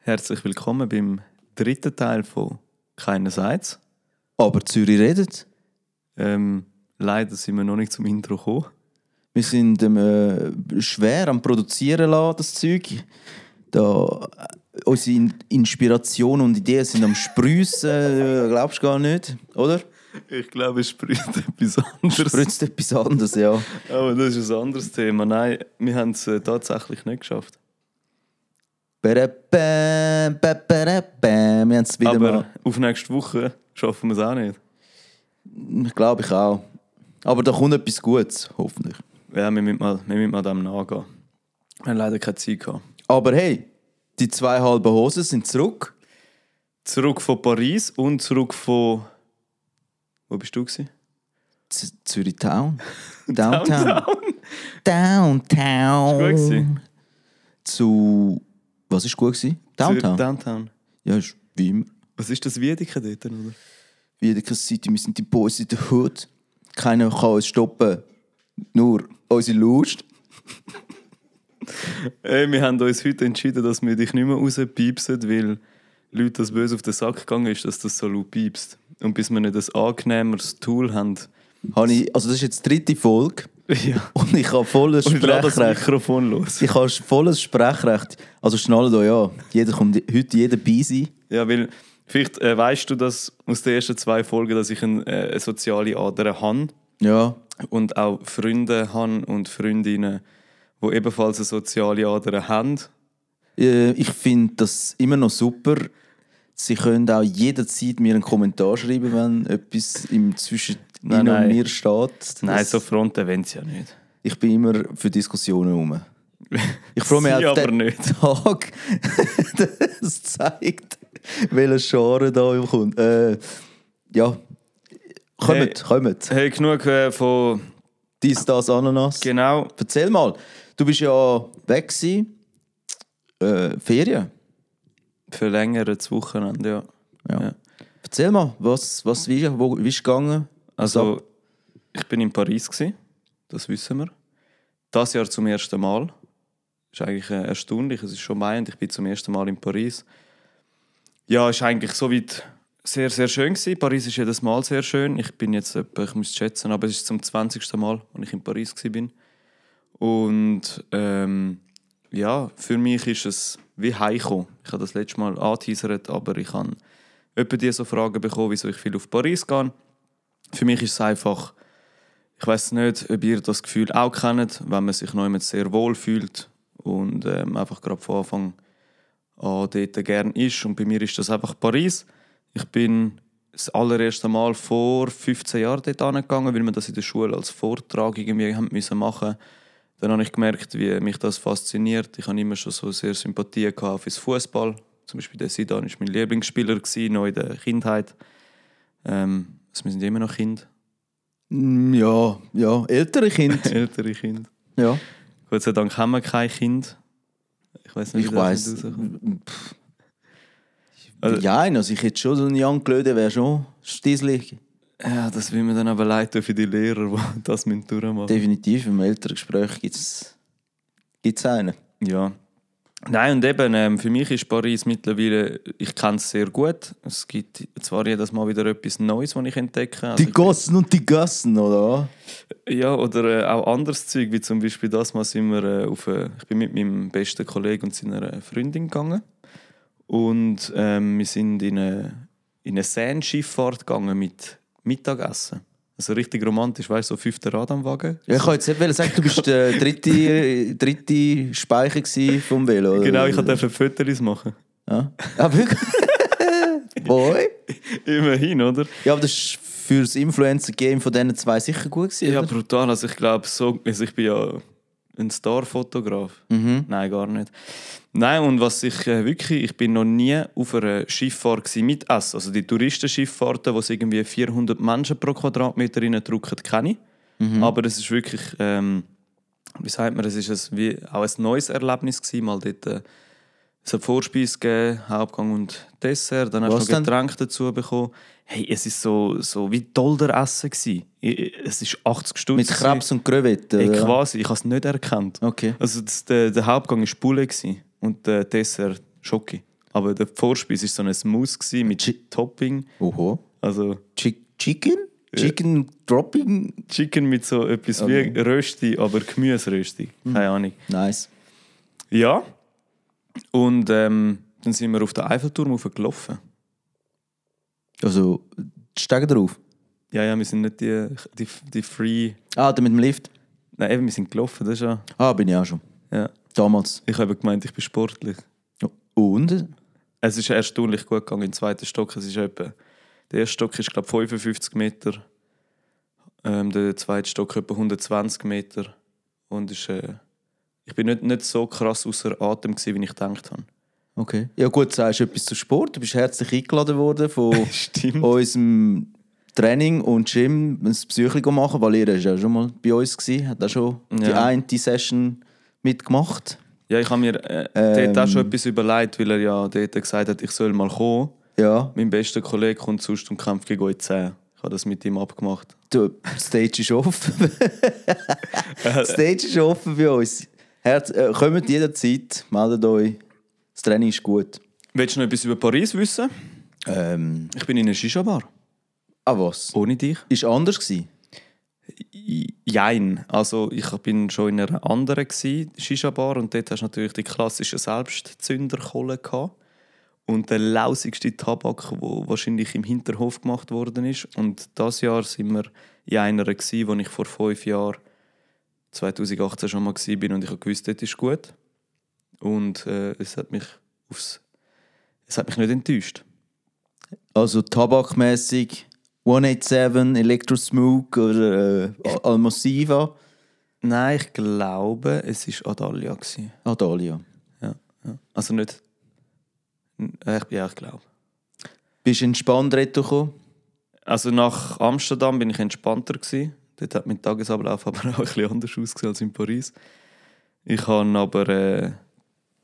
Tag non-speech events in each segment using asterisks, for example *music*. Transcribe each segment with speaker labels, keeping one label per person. Speaker 1: Herzlich willkommen beim dritten Teil von Keinerseits.
Speaker 2: Aber Zürich redet.
Speaker 1: Ähm, leider sind wir noch nicht zum Intro gekommen.
Speaker 2: Wir sind ähm, äh, schwer am Produzieren lassen, das Zeug. Da, äh, unsere In Inspiration und Ideen sind am Sprüssen, äh, glaubst du gar nicht, oder?
Speaker 1: Ich glaube, es spricht *laughs* etwas anderes.
Speaker 2: Spritzt etwas anderes, ja.
Speaker 1: Aber das ist ein anderes Thema. Nein, wir haben es äh, tatsächlich nicht geschafft.
Speaker 2: Ba-da-bam, ba-ba-da-bam. Wir haben es wieder
Speaker 1: Aber
Speaker 2: mal.
Speaker 1: auf nächste Woche schaffen wir es auch nicht.
Speaker 2: Ich glaube, ich auch. Aber da kommt etwas Gutes, hoffentlich.
Speaker 1: Ja, wir müssen mal, wir müssen mal dem nachgehen. Wir haben leider keine Zeit gehabt.
Speaker 2: Aber hey, die zwei halben Hosen sind zurück.
Speaker 1: Zurück von Paris und zurück von. Wo bist du? Gewesen?
Speaker 2: Z
Speaker 1: *laughs*
Speaker 2: Zürich Town. Downtown. Downtown.
Speaker 1: Gut gewesen.
Speaker 2: zu. Was ist gut gewesen? Downtown.
Speaker 1: Downtown.
Speaker 2: ja, ist wie immer.
Speaker 1: Was ist das Wiedeke dort, oder?
Speaker 2: Wieder City, wir sind die Boys in der Hood. Keiner kann uns stoppen. Nur unsere Lust.
Speaker 1: Ey, wir haben uns heute entschieden, dass wir dich nicht mehr rauspiepsen, weil Leute das böse auf den Sack gegangen ist, dass das so laut piepst. Und bis wir nicht ein angenehmeres Tool haben,
Speaker 2: *laughs* Habe ich, also das ist jetzt die dritte Folge
Speaker 1: ja.
Speaker 2: und ich habe volles
Speaker 1: und *laughs* lass das
Speaker 2: Sprechrecht.
Speaker 1: Mikrofon los.
Speaker 2: Ich habe volles Sprechrecht. Also schnallt euch an. Jeder kommt heute jeder bei sein.
Speaker 1: Ja, weil vielleicht äh, weißt du das aus den ersten zwei Folgen, dass ich ein, äh, eine soziale Ader habe
Speaker 2: Ja.
Speaker 1: und auch Freunde habe und Freundinnen, die ebenfalls eine soziale Ader haben.
Speaker 2: Äh, Ich finde das immer noch super. Sie können auch jederzeit mir einen Kommentar schreiben, wenn etwas im Zwischen
Speaker 1: Nein,
Speaker 2: Ihnen und
Speaker 1: nein.
Speaker 2: mir steht. Das-
Speaker 1: Nein, so Fronten wollen sie ja nicht.
Speaker 2: Ich bin immer für Diskussionen rum. Ich freue mich
Speaker 1: *laughs* Sie
Speaker 2: auf
Speaker 1: aber
Speaker 2: den
Speaker 1: nicht.
Speaker 2: *laughs* Tag, das zeigt, welche Scharen da kommt. Äh, ja, kommt,
Speaker 1: Hey.
Speaker 2: kommt.
Speaker 1: Hey, genug äh, von.
Speaker 2: Dies, das, Ananas.
Speaker 1: Genau.
Speaker 2: Erzähl mal, du bist ja weg gewesen. Äh, Ferien.
Speaker 1: Für längeres Wochenende, ja.
Speaker 2: Ja.
Speaker 1: Ja.
Speaker 2: Erzähl mal, was, was wie, wo, wie ist gegangen?
Speaker 1: Also, ich bin in Paris, gewesen, das wissen wir. Das Jahr zum ersten Mal. Ist eigentlich äh, erstaunlich, es ist schon Mai und ich bin zum ersten Mal in Paris. Ja, ist eigentlich soweit sehr, sehr schön gewesen. Paris ist jedes Mal sehr schön. Ich bin jetzt, etwa, ich muss es schätzen, aber es ist zum 20. Mal, als ich in Paris gewesen bin. Und ähm, ja, für mich ist es wie heiko. Ich habe das letzte Mal angeteasert, aber ich habe etwa diese so Fragen bekommen, wieso ich viel auf Paris gehe. Für mich ist es einfach, ich weiß nicht, ob ihr das Gefühl auch kennt, wenn man sich neu sehr wohl fühlt und ähm, einfach gerade von Anfang an dort gern ist. Und bei mir ist das einfach Paris. Ich bin das allererste Mal vor 15 Jahren dort angegangen, weil wir das in der Schule als Vortrag irgendwie haben müssen machen. Dann habe ich gemerkt, wie mich das fasziniert. Ich habe immer schon so sehr Sympathie gehabt fürs Fußball. Zum Beispiel der Sidan war mein Lieblingsspieler gewesen, noch in der Kindheit. Ähm, also wir sind immer noch Kind,
Speaker 2: Mm, Ja, ja, ältere Kind.
Speaker 1: *laughs* ältere Kind.
Speaker 2: *laughs* ja.
Speaker 1: Gott sei Dank haben wir kein Kind. Ich weiß nicht,
Speaker 2: Ich
Speaker 1: das
Speaker 2: weiß.
Speaker 1: mit rauskommt. Also-
Speaker 2: Also, ja, also ich hätte schon so einen Young Glöde wäre schon stieslig.
Speaker 1: Ja, das will mir dann aber leid tun für die Lehrer, die *laughs* das mit durchmachen.
Speaker 2: Definitiv, im Elterngespräch gibt es gibt's einen.
Speaker 1: Ja. Nein, und eben, ähm, für mich ist Paris mittlerweile, ich kenne es sehr gut. Es gibt zwar jedes Mal wieder etwas Neues, was ich entdecke. Also
Speaker 2: Die Gossen und die Gassen, oder?
Speaker 1: Ja, oder äh, auch anderes Zeug, wie zum Beispiel das Mal sind wir äh, auf äh, Ich bin mit meinem besten Kollegen und seiner äh, Freundin gegangen. Und ähm, wir sind in eine, in eine Seine-Schifffahrt gegangen mit Mittagessen. Also richtig romantisch, weißt du, so fünfter Rad am Wagen.
Speaker 2: Ja, ich kann jetzt nicht sagen, du bist der dritte, dritte Speicher gewesen vom Velo. Oder?
Speaker 1: Genau, ich durfte Fotos machen. *laughs*
Speaker 2: Ja. Ah, wirklich? *laughs* Boy.
Speaker 1: Immerhin, oder?
Speaker 2: Ja, aber das ist für das Influencer-Game von diesen zwei sicher gut gewesen.
Speaker 1: Ja,
Speaker 2: oder?
Speaker 1: brutal. Also ich glaube, so, also ich bin ja ein Star-Fotograf. Nein, gar nicht. Nein, und was ich äh, wirklich, ich bin noch nie auf einer Schifffahrt gewesen mit Essen. Also die Touristenschifffahrten, wo es irgendwie 400 Menschen pro Quadratmeter reindrücken, kenne ich.
Speaker 2: Mhm.
Speaker 1: Aber es ist wirklich, ähm, wie sagt man, es ist ein, wie, auch ein neues Erlebnis gewesen, mal dort... Äh, es hat Vorspeise gegeben, Hauptgang und Dessert. Dann hast
Speaker 2: Was
Speaker 1: du noch
Speaker 2: denn?
Speaker 1: Getränke dazu bekommen. Hey, es war so, so wie Dolder essen. Gewesen. Ich- ich- Es ist 80 Stunden.
Speaker 2: Mit Krebs und Gröwette.
Speaker 1: Ey,
Speaker 2: oder?
Speaker 1: quasi, ich habe es nicht erkannt.
Speaker 2: Okay.
Speaker 1: Also das, der, der Hauptgang war Bulle gewesen und der Dessert Schoki. Aber der Vorspeis war so ein Mousse gewesen mit Topping.
Speaker 2: Oho.
Speaker 1: Also
Speaker 2: Chi- Chicken? Chicken Dropping?
Speaker 1: Chicken mit so etwas wie Rösti, aber Gemüserösti.
Speaker 2: Mhm.
Speaker 1: Keine Ahnung.
Speaker 2: Nice.
Speaker 1: Ja. Und ähm, dann sind wir auf den Eiffelturm hochgelaufen.
Speaker 2: Also, steigen drauf.
Speaker 1: Ja, ja, wir sind nicht die, die, die Free.
Speaker 2: Ah, da mit dem Lift.
Speaker 1: Nein, eben, wir sind gelaufen, das ist ja.
Speaker 2: Ah, bin ich auch schon.
Speaker 1: ja.
Speaker 2: Damals.
Speaker 1: Ich habe gemeint, ich bin sportlich.
Speaker 2: Und?
Speaker 1: Es ist erstaunlich gut gegangen im zweiten Stock. Es ist etwa, der erste Stock ist, glaube 55 Meter. Ähm, der zweite Stock etwa 120 Meter. Und ist, äh, ich bin nicht, nicht so krass außer Atem, gewesen, wie ich gedacht habe. *laughs*
Speaker 2: Okay. Ja gut, sagst du etwas zu Sport. Du bist herzlich eingeladen worden *laughs* von
Speaker 1: Stimmt.
Speaker 2: unserem Training und Gym ein Psychli machen, weil ihr ist ja schon mal bei uns gewesen, hat auch schon die
Speaker 1: Ja.
Speaker 2: eine Session mitgemacht.
Speaker 1: Ja, ich habe mir äh, dort auch schon etwas überlegt, weil er ja dort gesagt hat, ich soll mal kommen.
Speaker 2: Ja,
Speaker 1: Mein bester Kollege kommt sonst und kämpft gegen euch 10. Ich habe das mit ihm abgemacht.
Speaker 2: du, die Stage ist offen. die Stage ist offen für uns. Herz, äh, kommt jederzeit, meldet euch. Das Training ist gut.
Speaker 1: Willst du noch etwas über Paris wissen?
Speaker 2: Ähm,
Speaker 1: Ich bin in einer Shisha-Bar.
Speaker 2: ah was?
Speaker 1: Ohne dich?
Speaker 2: Ist anders gewesen?
Speaker 1: Jein. Also ich bin schon in einer anderen gewesen, Shisha-Bar und dort hast du natürlich die klassischen Selbstzünderkohle gehabt. Und der lausigste Tabak, wo wahrscheinlich im Hinterhof gemacht worden ist. Und das Jahr sind wir in einer, gewesen, wo ich vor fünf Jahren, 2018, schon mal war und ich habe gewusst, dort ist gut. Und äh, es, hat mich aufs, es hat mich nicht enttäuscht.
Speaker 2: Also tabakmäßig 187, Electro Smoke oder äh, Al- Almassiva.
Speaker 1: Nein, ich glaube, es war Adalia. Gewesen.
Speaker 2: Ah, Adalia.
Speaker 1: Ja, ja. Also nicht. N- äh, Ich, ja, ich glaube.
Speaker 2: Bist du entspannt retourgekommen?
Speaker 1: Also nach Amsterdam bin ich entspannter. Gewesen. Dort hat mein Tagesablauf *laughs* aber auch ein bisschen anders ausgesehen als in Paris. Ich kann aber äh,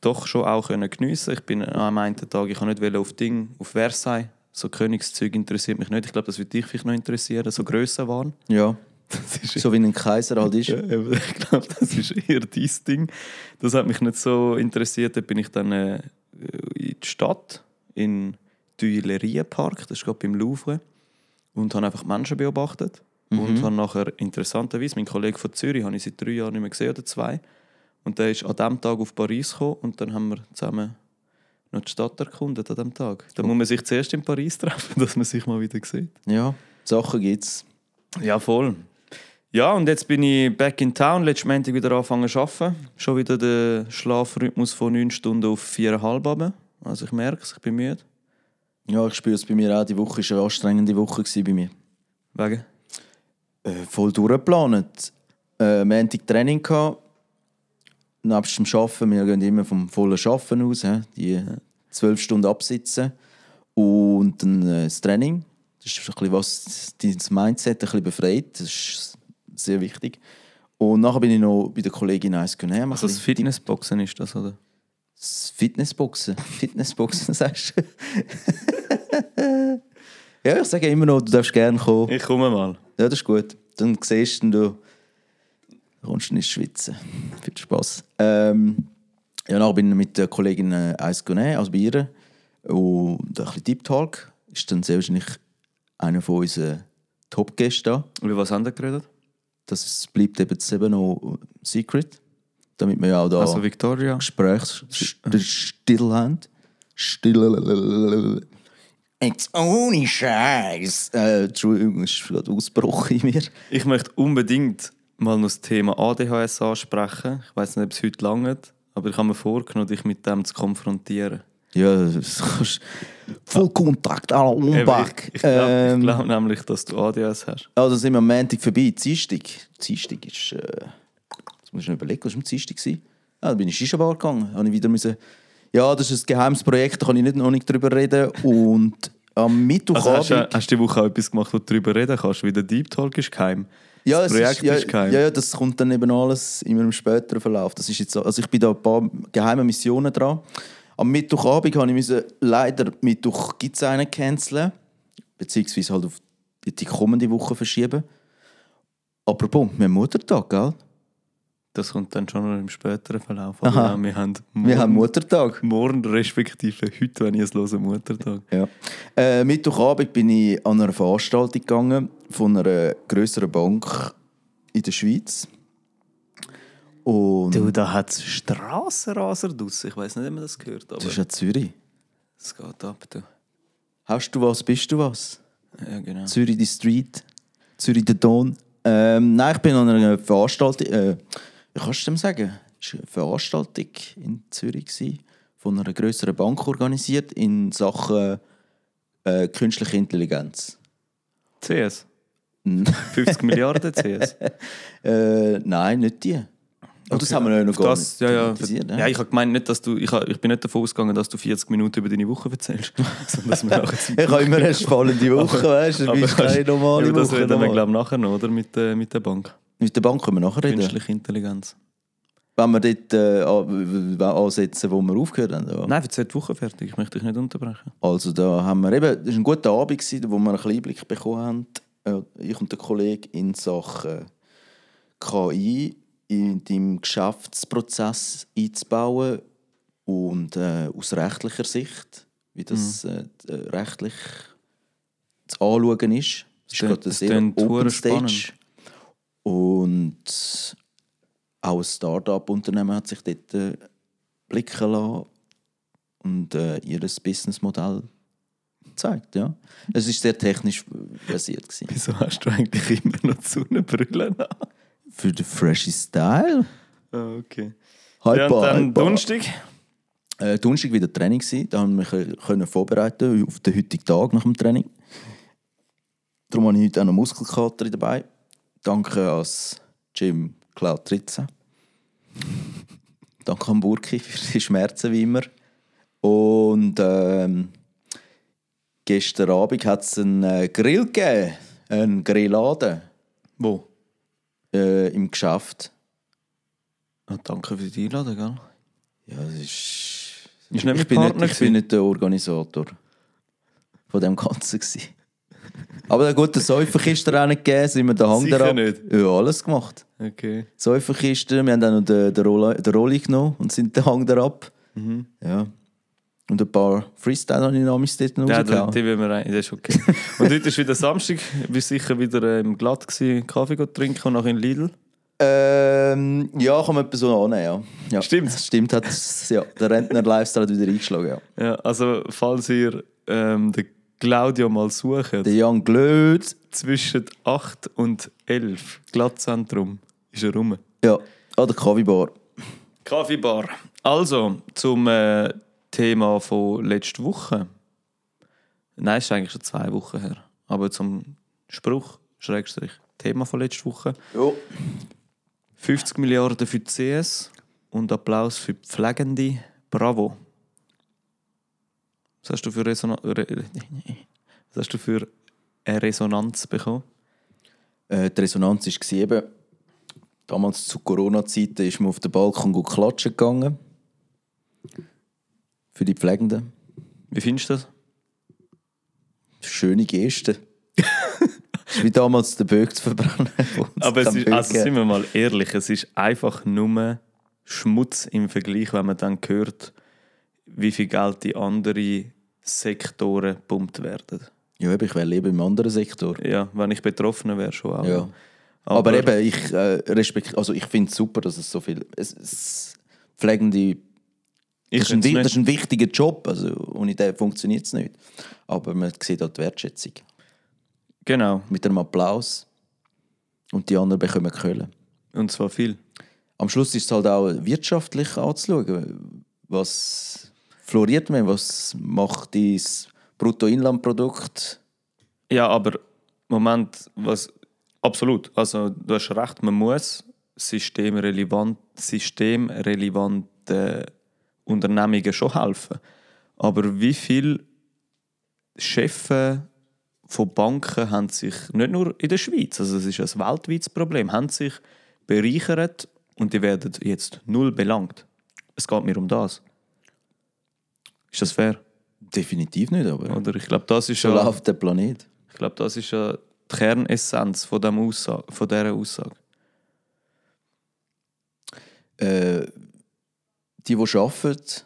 Speaker 1: doch schon auch können geniessen. Ich bin äh, am einen Tag, ich kann nicht wollte auf Ding, auf Versailles. So Königszeug interessiert mich nicht. Ich glaube, das würde dich vielleicht noch interessieren. So Grössen waren.
Speaker 2: Ja.
Speaker 1: *laughs* Das ist
Speaker 2: So wie ein Kaiser halt ist.
Speaker 1: Ja, aber *laughs* ich glaube, das ist eher dein Ding. Das hat mich nicht so interessiert. Da bin ich dann äh, in die Stadt, in Tuilerienpark, das ist gerade beim Louvre, und habe einfach die Menschen beobachtet. Und habe nachher interessanterweise, mein Kollege von Zürich, habe ich seit drei Jahren nicht mehr gesehen oder zwei. Und der ist an diesem Tag auf Paris gekommen und dann haben wir zusammen noch die Stadt erkundet an diesem Tag. Da muss man sich zuerst in Paris treffen, *laughs* dass man sich mal wieder sieht.
Speaker 2: Ja. Sachen gibt's.
Speaker 1: Ja, voll. Ja, und jetzt bin ich back in town. Letzten Montag wieder angefangen zu arbeiten. Schon wieder der Schlafrhythmus von 9 Stunden auf 4,5 runter. Also ich merke es, ich bin müde.
Speaker 2: Ja, ich spüre es bei mir auch. Die Woche war eine anstrengende Woche gewesen bei mir.
Speaker 1: Wegen?
Speaker 2: Äh, voll durchgeplant. Äh, Montag Training gehabt. Nebst dem Arbeiten, wir gehen immer vom vollen Arbeiten aus. hä? Die zwölf Stunden absitzen. Und dann äh, das Training. Das ist ein bisschen was, dein Mindset ein bisschen befreit. Das ist sehr wichtig. Und nachher bin ich noch bei der Kollegin eins gehen. nehmen, ein
Speaker 1: Also das
Speaker 2: bisschen-
Speaker 1: Fitnessboxen ist das, oder?
Speaker 2: Das Fitnessboxen. Fitnessboxen *laughs* sagst du. ja, ich sage immer noch, du darfst gerne kommen.
Speaker 1: Ich komme mal.
Speaker 2: Ja, das ist gut. Dann siehst du, du du kommst nicht schwitzen. Viel Spaß. Ähm, ja, nachher bin ich mit der Kollegin äh, eins genommen, also bei ihr. Und ein bisschen Deep Talk. Ist dann sehr wahrscheinlich einer von unseren Top-Gästen da.
Speaker 1: Über was haben wir geredet?
Speaker 2: Das ist, bleibt eben, jetzt eben noch Secret. Damit wir ja auch da...
Speaker 1: Also Victoria.
Speaker 2: Gesprächs st- still haben. Still. Jetzt ohne Scheiß. Äh, Entschuldigung, es ist gerade Ausbruch in mir.
Speaker 1: Ich möchte unbedingt mal noch das Thema ADHS ansprechen. Ich weiß nicht, ob es heute langt, aber ich habe mir vorgenommen, dich mit dem zu konfrontieren.
Speaker 2: Ja, das kannst Vollkontakt, aller
Speaker 1: Ah. Eben,
Speaker 2: Umback.
Speaker 1: Ich, ich glaube
Speaker 2: Ähm,
Speaker 1: glaub nämlich, dass du ADHS hast.
Speaker 2: also sind wir am Montag vorbei, Dienstag. Dienstag ist... Äh, jetzt muss ich noch überlegen, was war am Dienstag? gewesen? Ah, da bin ich Shisha-Bar gegangen. Habe ich wieder müssen... Ja, das ist ein geheimes Projekt, da kann ich nicht, noch nicht drüber reden. Und am
Speaker 1: *laughs* Also hast,
Speaker 2: Mittwochabend...
Speaker 1: du, hast du die Woche auch etwas gemacht, wo du darüber reden kannst? Wie der Deep Talk ist geheim.
Speaker 2: Ja,
Speaker 1: das
Speaker 2: es
Speaker 1: Projekt
Speaker 2: ist,
Speaker 1: ist
Speaker 2: ja,
Speaker 1: geheim.
Speaker 2: ja, ja, das kommt dann eben alles in einem späteren Verlauf. Das ist jetzt, so- also ich bin da ein paar geheime Missionen dran. Am Mittwochabend habe ich müssen, leider Mittwoch gibt's einen canceln, beziehungsweise halt auf die die kommende Woche verschieben. Apropos, wir haben Muttertag, gell?
Speaker 1: Das kommt dann schon noch im späteren Verlauf.
Speaker 2: Aha.
Speaker 1: ja, wir haben morgen,
Speaker 2: Wir haben Muttertag.
Speaker 1: morgen respektive heute, wenn ich es höre, Muttertag.
Speaker 2: Ja. Äh, Mittwochabend bin ich an einer Veranstaltung gegangen von einer größeren Bank in der Schweiz. Und
Speaker 1: Du, da hat es Strassenraser draussen. Ich weiß nicht, ob man das gehört, aber
Speaker 2: das ist ja Zürich.
Speaker 1: es geht ab. Du.
Speaker 2: Hast du was, bist du was?
Speaker 1: Ja, genau.
Speaker 2: Zürich die Street, Zürich der Don. Ähm, nein, ich bin an einer Veranstaltung, äh, wie kannst du dem sagen? Es war eine Veranstaltung in Zürich gewesen, von einer größeren Bank organisiert in Sachen äh, künstliche Intelligenz.
Speaker 1: CS. 50 Milliarden *laughs* CS.
Speaker 2: Äh, nein, nicht die. Oh, das haben wir ja noch gar
Speaker 1: das,
Speaker 2: nicht
Speaker 1: ja, ja.
Speaker 2: thematisiert, ne?
Speaker 1: ja, ich habe gemeint, nicht, dass du, ich, hab, ich bin nicht davon ausgegangen, dass du 40 Minuten über deine Woche erzählst, *laughs* sondern dass wir nachher
Speaker 2: *laughs* Ich habe immer
Speaker 1: *laughs*
Speaker 2: eine spannende Woche, weißt du? Du bist keine normale
Speaker 1: über das
Speaker 2: Woche.
Speaker 1: reden wir,
Speaker 2: normal.
Speaker 1: glaube ich, nachher noch, oder? Mit, äh, mit der Bank.
Speaker 2: Mit der Bank können wir nachher reden.
Speaker 1: Künstliche Intelligenz.
Speaker 2: Wenn wir dort äh, an- w- w- ansetzen, wo wir aufgehört haben. Ja.
Speaker 1: Nein, erzähl die Woche fertig. Ich möchte dich nicht unterbrechen.
Speaker 2: Also da haben wir eben, das war ein guter Abend, gewesen, wo wir einen kleinen Einblick bekommen haben, äh, ich und der Kollege, in Sachen KI in deinem Geschäftsprozess einzubauen und äh, aus rechtlicher Sicht, wie das äh, äh, rechtlich zu anschauen ist. Das ist
Speaker 1: klingt-
Speaker 2: gerade eine
Speaker 1: das
Speaker 2: sehr
Speaker 1: klingt
Speaker 2: Open
Speaker 1: verdammt
Speaker 2: Stage. Und auch ein Start-up-Unternehmen hat sich dort äh, blicken lassen und äh, ihr Businessmodell gezeigt. Ja. Es war sehr technisch basiert. Gewesen.
Speaker 1: Wieso hast du eigentlich immer noch die Sonnenbrille an?
Speaker 2: Für den freshen Style?
Speaker 1: Ah, okay. Ja, und
Speaker 2: Hyper,
Speaker 1: dann
Speaker 2: hyper.
Speaker 1: Donnerstag.
Speaker 2: Äh, Donnerstag wieder Training gewesen. Da haben wir mich äh, können vorbereiten auf den heutigen Tag nach dem Training. Darum habe ich heute auch noch Muskelkater dabei. Danke ans Gym Cloud 13. Danke an Burki für die Schmerzen wie immer. Und ähm, gestern Abend hat es einen äh, Grill gegeben, einen Grilladen
Speaker 1: Wo?
Speaker 2: äh, im Geschäft.
Speaker 1: Ah, danke für die Einladung, gell?
Speaker 2: Ja, das ist.
Speaker 1: Ist nicht
Speaker 2: ich
Speaker 1: mit
Speaker 2: bin
Speaker 1: Partner
Speaker 2: nicht, ich bin
Speaker 1: gewesen?
Speaker 2: nicht der Organisator von dem Ganzen. Gewesen. Aber der gute Säuferkiste hat auch nicht gegeben, sind wir den Hang
Speaker 1: Sicher
Speaker 2: daran.
Speaker 1: nicht.
Speaker 2: Ja, alles gemacht.
Speaker 1: Okay.
Speaker 2: Säuferkiste, wir haben auch noch den, den, Rolli, den Rolli genommen und sind den Hang da ab.
Speaker 1: Mhm.
Speaker 2: Ja. Und ein paar Freestyle habe ich namens dort noch
Speaker 1: Ja, da,
Speaker 2: rausgehauen.
Speaker 1: die will wir rein. Das ist okay. Und heute ist wieder Samstag. Ich war sicher wieder äh, im Glatt, gewesen, Kaffee go trinken und nachher in Lidl.
Speaker 2: Ähm, ja, kann man etwas so annehmen, ja. ja.
Speaker 1: Stimmt.
Speaker 2: *laughs* Stimmt, hat, ja, der Rentner-Lifestyle hat wieder eingeschlagen, ja.
Speaker 1: Ja, also, falls ihr ähm, den Claudio mal sucht,
Speaker 2: Der Young Glöd.
Speaker 1: zwischen 8 und 11, Glattzentrum, ist er rum.
Speaker 2: Ja, an der Kavibar.
Speaker 1: Kaffeebar. Also, zum äh, Thema von letzter Woche. Nein, ist eigentlich schon zwei Wochen her. Aber zum Spruch, Schrägstrich, Thema von letzter Woche.
Speaker 2: Ja.
Speaker 1: 50 Milliarden für die CS und Applaus für die Pflegende. Bravo. Was hast du für, Resonan Re *laughs* Was hast du für eine Resonanz bekommen?
Speaker 2: Äh, die Resonanz war eben, damals zu Corona-Zeiten ist man auf den Balkon gut klatschen gegangen. Für die Pflegenden.
Speaker 1: Wie findest du das? *laughs*
Speaker 2: Schöne Geste. Es ist wie damals den Böck zu verbrennen. wo uns
Speaker 1: Aber es
Speaker 2: kein
Speaker 1: ist,
Speaker 2: Böck
Speaker 1: also
Speaker 2: gab.
Speaker 1: sind wir mal ehrlich, es ist einfach nur Schmutz im Vergleich, wenn man dann hört, wie viel Geld in andere Sektoren gepumpt werden.
Speaker 2: ja, eben, ich wäre lieber im anderen Sektor.
Speaker 1: Ja, wenn ich betroffen wäre, schon auch.
Speaker 2: Ja.
Speaker 1: Aber,
Speaker 2: Aber, eben, ich äh, respekt, also ich finde es super, dass es so viel. Es, es, Pflegende
Speaker 1: ich
Speaker 2: das ist, ein,
Speaker 1: find's
Speaker 2: wi-
Speaker 1: nicht-
Speaker 2: das ist ein wichtiger Job. Also ohne den funktioniert es nicht. Aber man sieht auch die Wertschätzung.
Speaker 1: Genau,
Speaker 2: Mit einem Applaus. Und die anderen bekommen Köln.
Speaker 1: und zwar viel.
Speaker 2: Am Schluss ist es halt auch wirtschaftlich anzuschauen. Was floriert man? Was macht dein Bruttoinlandprodukt?
Speaker 1: Ja, aber Moment, was absolut. Also du hast recht, man muss systemrelevant, systemrelevante Unternehmungen schon helfen. Aber wie viele Chefs von Banken haben sich nicht nur in der Schweiz, also es ist ein weltweites Problem, haben sich bereichert und die werden jetzt null belangt. Es geht mir um das. Ist das fair?
Speaker 2: Definitiv nicht, aber
Speaker 1: Oder ich glaube, das ist
Speaker 2: so
Speaker 1: ja-
Speaker 2: läuft der Planet.
Speaker 1: ich glaube, das ist ja die Kernessenz von, dem Aussage, von dieser Aussage.
Speaker 2: äh, die, die arbeiten,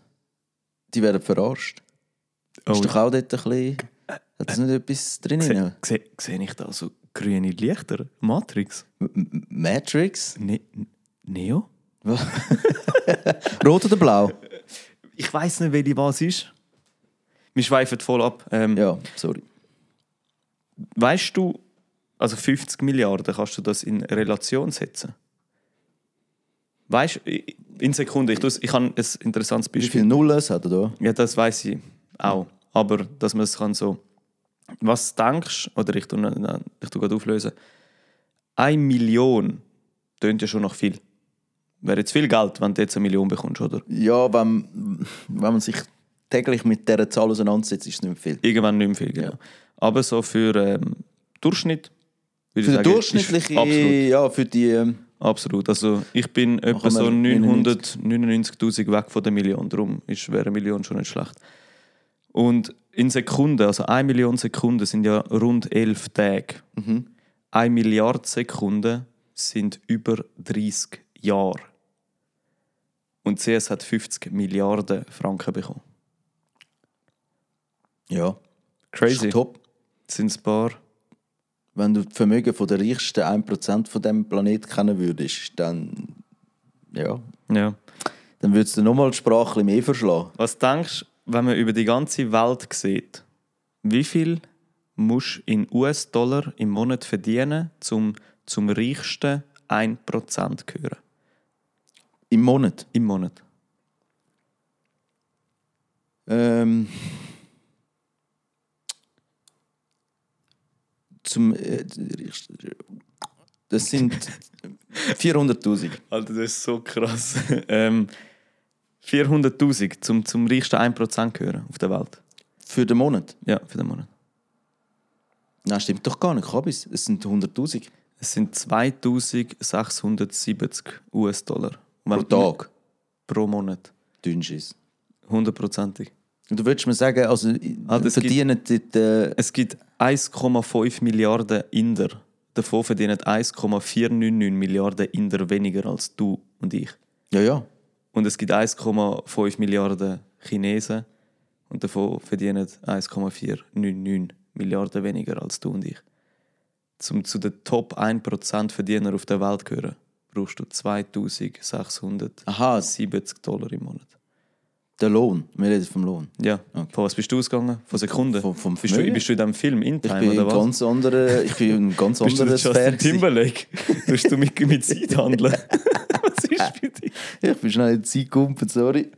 Speaker 2: die werden verarscht.
Speaker 1: Oh, Äh,
Speaker 2: Ist doch auch dort ein bisschen... Hat das nicht etwas drin?
Speaker 1: sehe seh ich da so grüne Lichter? Matrix?
Speaker 2: M- M- Matrix?
Speaker 1: Ne Neo?
Speaker 2: Rot oder blau?
Speaker 1: Ich weiß nicht, welche was ist. Wir schweifen voll ab. Ähm,
Speaker 2: Ja, sorry.
Speaker 1: Weißt du, also 50 Milliarden, kannst du das in Relation setzen? Weißt du, i- in Sekunden, ich, tu's- ich habe ein interessantes
Speaker 2: Wie
Speaker 1: Beispiel.
Speaker 2: viele Nullen hat er da?
Speaker 1: Ja, das weiß ich auch. Aber dass man es kann so. Was denkst oder ich tue, nein, ich tue gerade auflösen. Eine Million tönt ja schon noch viel. Wäre jetzt viel Geld, wenn du jetzt eine Million bekommst, oder?
Speaker 2: Ja, wenn, wenn man sich täglich mit dieser Zahl auseinandersetzt, ist es nicht viel.
Speaker 1: Irgendwann nicht mehr viel, genau. Aber so für ähm, Durchschnitt. würde ich
Speaker 2: Für den
Speaker 1: sagen, ist
Speaker 2: durchschnittlichen,
Speaker 1: Absolut.
Speaker 2: ja, für die... ähm,
Speaker 1: Absolut. Also ich bin etwa
Speaker 2: wir
Speaker 1: so
Speaker 2: 99.
Speaker 1: 999.000 weg von der Million. Darum ist, wäre eine Million schon nicht schlecht. Und in Sekunden, also 1 Million Sekunden sind ja rund 11 Tage. Mhm. 1 Milliarde Sekunden sind über 30 Jahre. Und CS hat 50 Milliarden Franken bekommen.
Speaker 2: Ja, ist
Speaker 1: Crazy.
Speaker 2: doch top.
Speaker 1: Sind ein paar.
Speaker 2: Wenn du das Vermögen von der reichsten 1% von diesem Planet kennen würdest, dann... Ja,
Speaker 1: Ja.
Speaker 2: dann würdest du nochmal die Sprache ein bisschen mehr verschlagen.
Speaker 1: Was denkst du, wenn man über die ganze Welt sieht, wie viel musst du in US-Dollar im Monat verdienen, um zum reichsten 1% zu gehören?
Speaker 2: Im Monat.
Speaker 1: Im Monat.
Speaker 2: Ähm, zum, äh, das sind 400'000.
Speaker 1: Alter, das ist so krass. *laughs* ähm, 400.000 zum, zum reichsten 1% gehören auf der Welt.
Speaker 2: Für den Monat?
Speaker 1: Ja, für den Monat.
Speaker 2: Nein, stimmt doch gar nicht. Kabis. Es sind 100'000.
Speaker 1: Es sind 2670 US-Dollar.
Speaker 2: Pro Tag.
Speaker 1: Pro Monat.
Speaker 2: Dünnschiss.
Speaker 1: Hundertprozentig.
Speaker 2: Und du würdest mir sagen, also
Speaker 1: Ah, das
Speaker 2: verdienen die, äh,
Speaker 1: Es gibt 1,5 Milliarden Inder. Davon verdienen 1,499 Milliarden Inder weniger als du und ich.
Speaker 2: Ja, ja.
Speaker 1: Und es gibt 1,5 Milliarden Chinesen und davon verdienen 1,499 Milliarden weniger als du und ich. Zum zu den Top 1% Verdiener auf der Welt gehören, brauchst du 2670
Speaker 2: Aha,
Speaker 1: Dollar im Monat.
Speaker 2: der Lohn. Wir reden vom Lohn.
Speaker 1: Ja. Von was bist du ausgegangen? Von Sekunden?
Speaker 2: Vom- vom
Speaker 1: bist, du,
Speaker 2: Vermögen?
Speaker 1: bist du in diesem Film in
Speaker 2: Ich
Speaker 1: Time
Speaker 2: bin,
Speaker 1: oder
Speaker 2: ein
Speaker 1: was? *laughs*
Speaker 2: ganz andere, ich bin ein ganz
Speaker 1: Bist du der
Speaker 2: anderes
Speaker 1: Justin
Speaker 2: Sphäre. gewesen.
Speaker 1: Timberlake? Tust du mit, mit Zeit *laughs* handeln? Was ist mit dir?
Speaker 2: *laughs* Ich bin schnell in die Zeit gekommen,
Speaker 1: *laughs*
Speaker 2: sorry.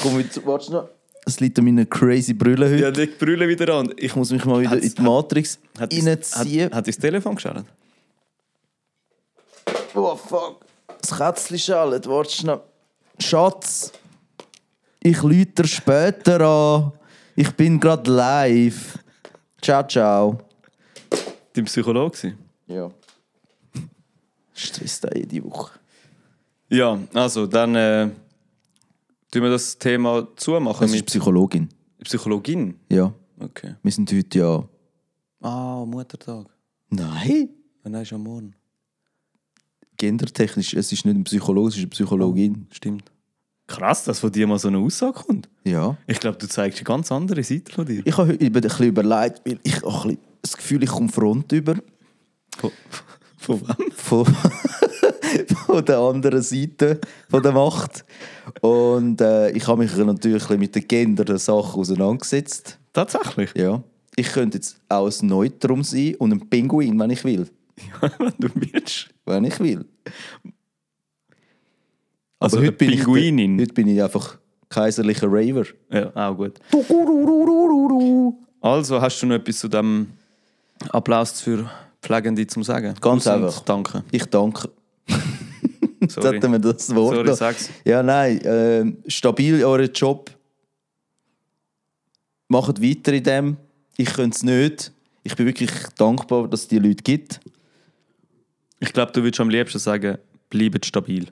Speaker 2: Komm, jetzt, warte noch. Es liegt an meinen crazy Brüllen heute.
Speaker 1: Ja, die brüllen wieder an. Ich
Speaker 2: Ich muss mich mal wieder
Speaker 1: Hat's-
Speaker 2: in die Matrix
Speaker 1: hat
Speaker 2: reinziehen.
Speaker 1: Hat, hat das Telefon geschaut?
Speaker 2: Oh, fuck. Das Kätzchen schallt, warte schnell. Schatz, ich läuter später an. Ich bin gerade live. Ciao, ciao.
Speaker 1: Dein Psychologe? gewesen?
Speaker 2: Ja. Stress da jede Woche.
Speaker 1: Ja, also dann äh, tun wir das Thema zumachen
Speaker 2: Das ist
Speaker 1: mit
Speaker 2: Psychologin.
Speaker 1: Psychologin.
Speaker 2: Ja.
Speaker 1: Okay.
Speaker 2: Wir sind heute ja...
Speaker 1: Ah, Muttertag.
Speaker 2: Nein.
Speaker 1: Ah, nein, ist am Morgen.
Speaker 2: Gendertechnisch, es ist nicht ein Psychologe, es ist eine Psychologin.
Speaker 1: Stimmt. Krass, dass von dir mal so eine Aussage kommt.
Speaker 2: Ja.
Speaker 1: Ich glaube, du zeigst eine ganz andere Seite von dir.
Speaker 2: Ich habe heute über- ein bisschen überlegt, weil ich auch ein bisschen das Gefühl, ich komme Front über.
Speaker 1: Von, von wem?
Speaker 2: von, *laughs* von der anderen Seite von der Macht. Und äh, ich habe mich natürlich mit den Gender Sachen auseinandergesetzt.
Speaker 1: Tatsächlich.
Speaker 2: Ja. Ich könnte jetzt auch ein Neutrum sein und ein Pinguin, wenn ich will.
Speaker 1: Ja, *laughs* wenn du willst.
Speaker 2: Wenn ich will.
Speaker 1: Also eine Pinguinin.
Speaker 2: Ich, heute bin ich einfach kaiserlicher Raver.
Speaker 1: Ja, auch gut. Also, hast du noch etwas zu dem Applaus für Pflegende zum Sagen?
Speaker 2: Ganz
Speaker 1: Tausend
Speaker 2: einfach.
Speaker 1: Danke. *laughs*
Speaker 2: Ich danke. Jetzt
Speaker 1: Sorry.
Speaker 2: hatten wir das Wort.
Speaker 1: Sorry,
Speaker 2: noch.
Speaker 1: sag's.
Speaker 2: Ja, nein. ähm, stabil euren Job. Macht weiter in dem. Ich könnte es nicht. Ich bin wirklich dankbar, dass es die Leute gibt.
Speaker 1: Ich glaube, du würdest am liebsten sagen, bleibt stabil.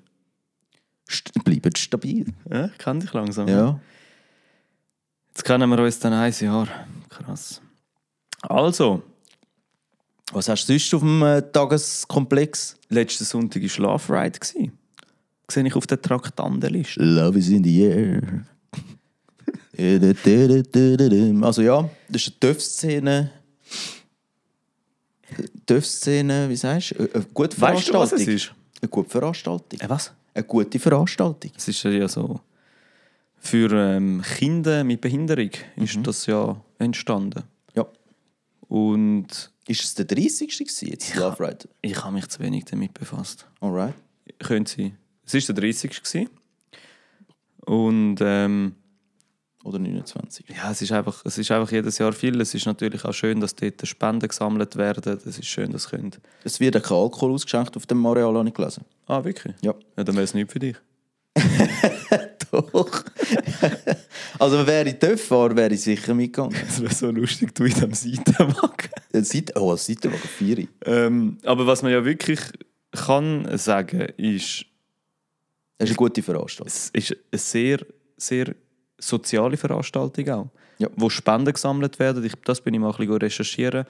Speaker 2: St bleibt stabil.
Speaker 1: Ja, ich kenne dich langsam.
Speaker 2: Ja.
Speaker 1: Jetzt kennen wir uns dann ein Jahr. Krass. Also,
Speaker 2: Was hast du sonst auf dem äh, Tageskomplex?
Speaker 1: letzten Sonntag war Schlafride. gewesen. sehe ich auf der Traktandenliste.
Speaker 2: Love is in the air. *laughs* Also ja, das ist eine Töff-Szene. Töff-Szene, wie sagst du? Eine gute
Speaker 1: Weißt du,
Speaker 2: Veranstaltung.
Speaker 1: was es ist?
Speaker 2: Eine gute Veranstaltung.
Speaker 1: Äh, was?
Speaker 2: Eine gute Veranstaltung.
Speaker 1: Es ist ja so. Für ähm, Kinder mit Behinderung ist das ja entstanden.
Speaker 2: Ja.
Speaker 1: Und
Speaker 2: Ist es der 30. gewesen jetzt, Love Ride?
Speaker 1: ich habe mich zu wenig damit befasst.
Speaker 2: Alright.
Speaker 1: Könnte sein. Es war der 30. gewesen. Und ähm,
Speaker 2: Oder 29.
Speaker 1: ja, es ist, einfach, es ist einfach jedes Jahr viel. Es ist natürlich auch schön, dass dort Spenden gesammelt werden. Es ist schön, dass könnt.
Speaker 2: Es wird kein Alkohol ausgeschenkt auf dem Areal, habe ich gelesen.
Speaker 1: Ah, wirklich?
Speaker 2: Ja.
Speaker 1: ja dann wäre es nichts für dich. *laughs*
Speaker 2: Doch. *laughs* also wäre ich Töff war, wäre ich sicher mitgegangen.
Speaker 1: Das wäre so lustig, du in diesem Seitenwagen.
Speaker 2: Seit, oh, seit der Wagen 4.
Speaker 1: Ähm, aber was man ja wirklich kann sagen, ist,
Speaker 2: Das ist eine gute Veranstaltung.
Speaker 1: es ist eine sehr, sehr soziale Veranstaltung auch,
Speaker 2: Ja.
Speaker 1: wo Spenden gesammelt werden. Ich, das bin ich mal ein bisschen recherchieren.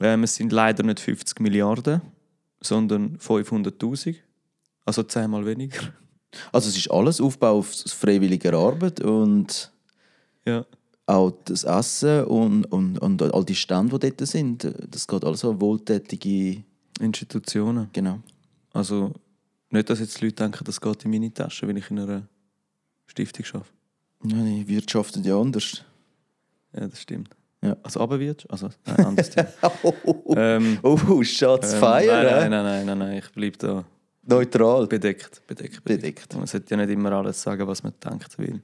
Speaker 1: Ähm, es sind leider nicht 50 Milliarden, sondern 500'000. Also zehnmal weniger. *laughs*
Speaker 2: Also es ist alles Aufbau auf s- freiwilliger Arbeit und
Speaker 1: Ja.
Speaker 2: auch das Essen und, und, und all die Stände, die dort sind. Das geht alles an wohltätige...
Speaker 1: Institutionen.
Speaker 2: Genau.
Speaker 1: Also nicht, dass jetzt die Leute denken, das geht in meine Tasche, wenn ich in einer Stiftung arbeite.
Speaker 2: Ja, die wirtschaften
Speaker 1: *laughs*
Speaker 2: ja anders.
Speaker 1: Ja, das stimmt.
Speaker 2: Ja.
Speaker 1: Also Abendwirtschaft? Also, nein, anderes
Speaker 2: *laughs*
Speaker 1: Thema. ähm,
Speaker 2: Oh, Schatz,
Speaker 1: ähm,
Speaker 2: feiern,
Speaker 1: Nein, nein,
Speaker 2: eh?
Speaker 1: nein, nein, nein, nein, ich bleibe da
Speaker 2: Neutral.
Speaker 1: bedeckt, bedeckt,
Speaker 2: Bedeckt.
Speaker 1: Man sollte ja nicht immer alles sagen, was man denkt, weil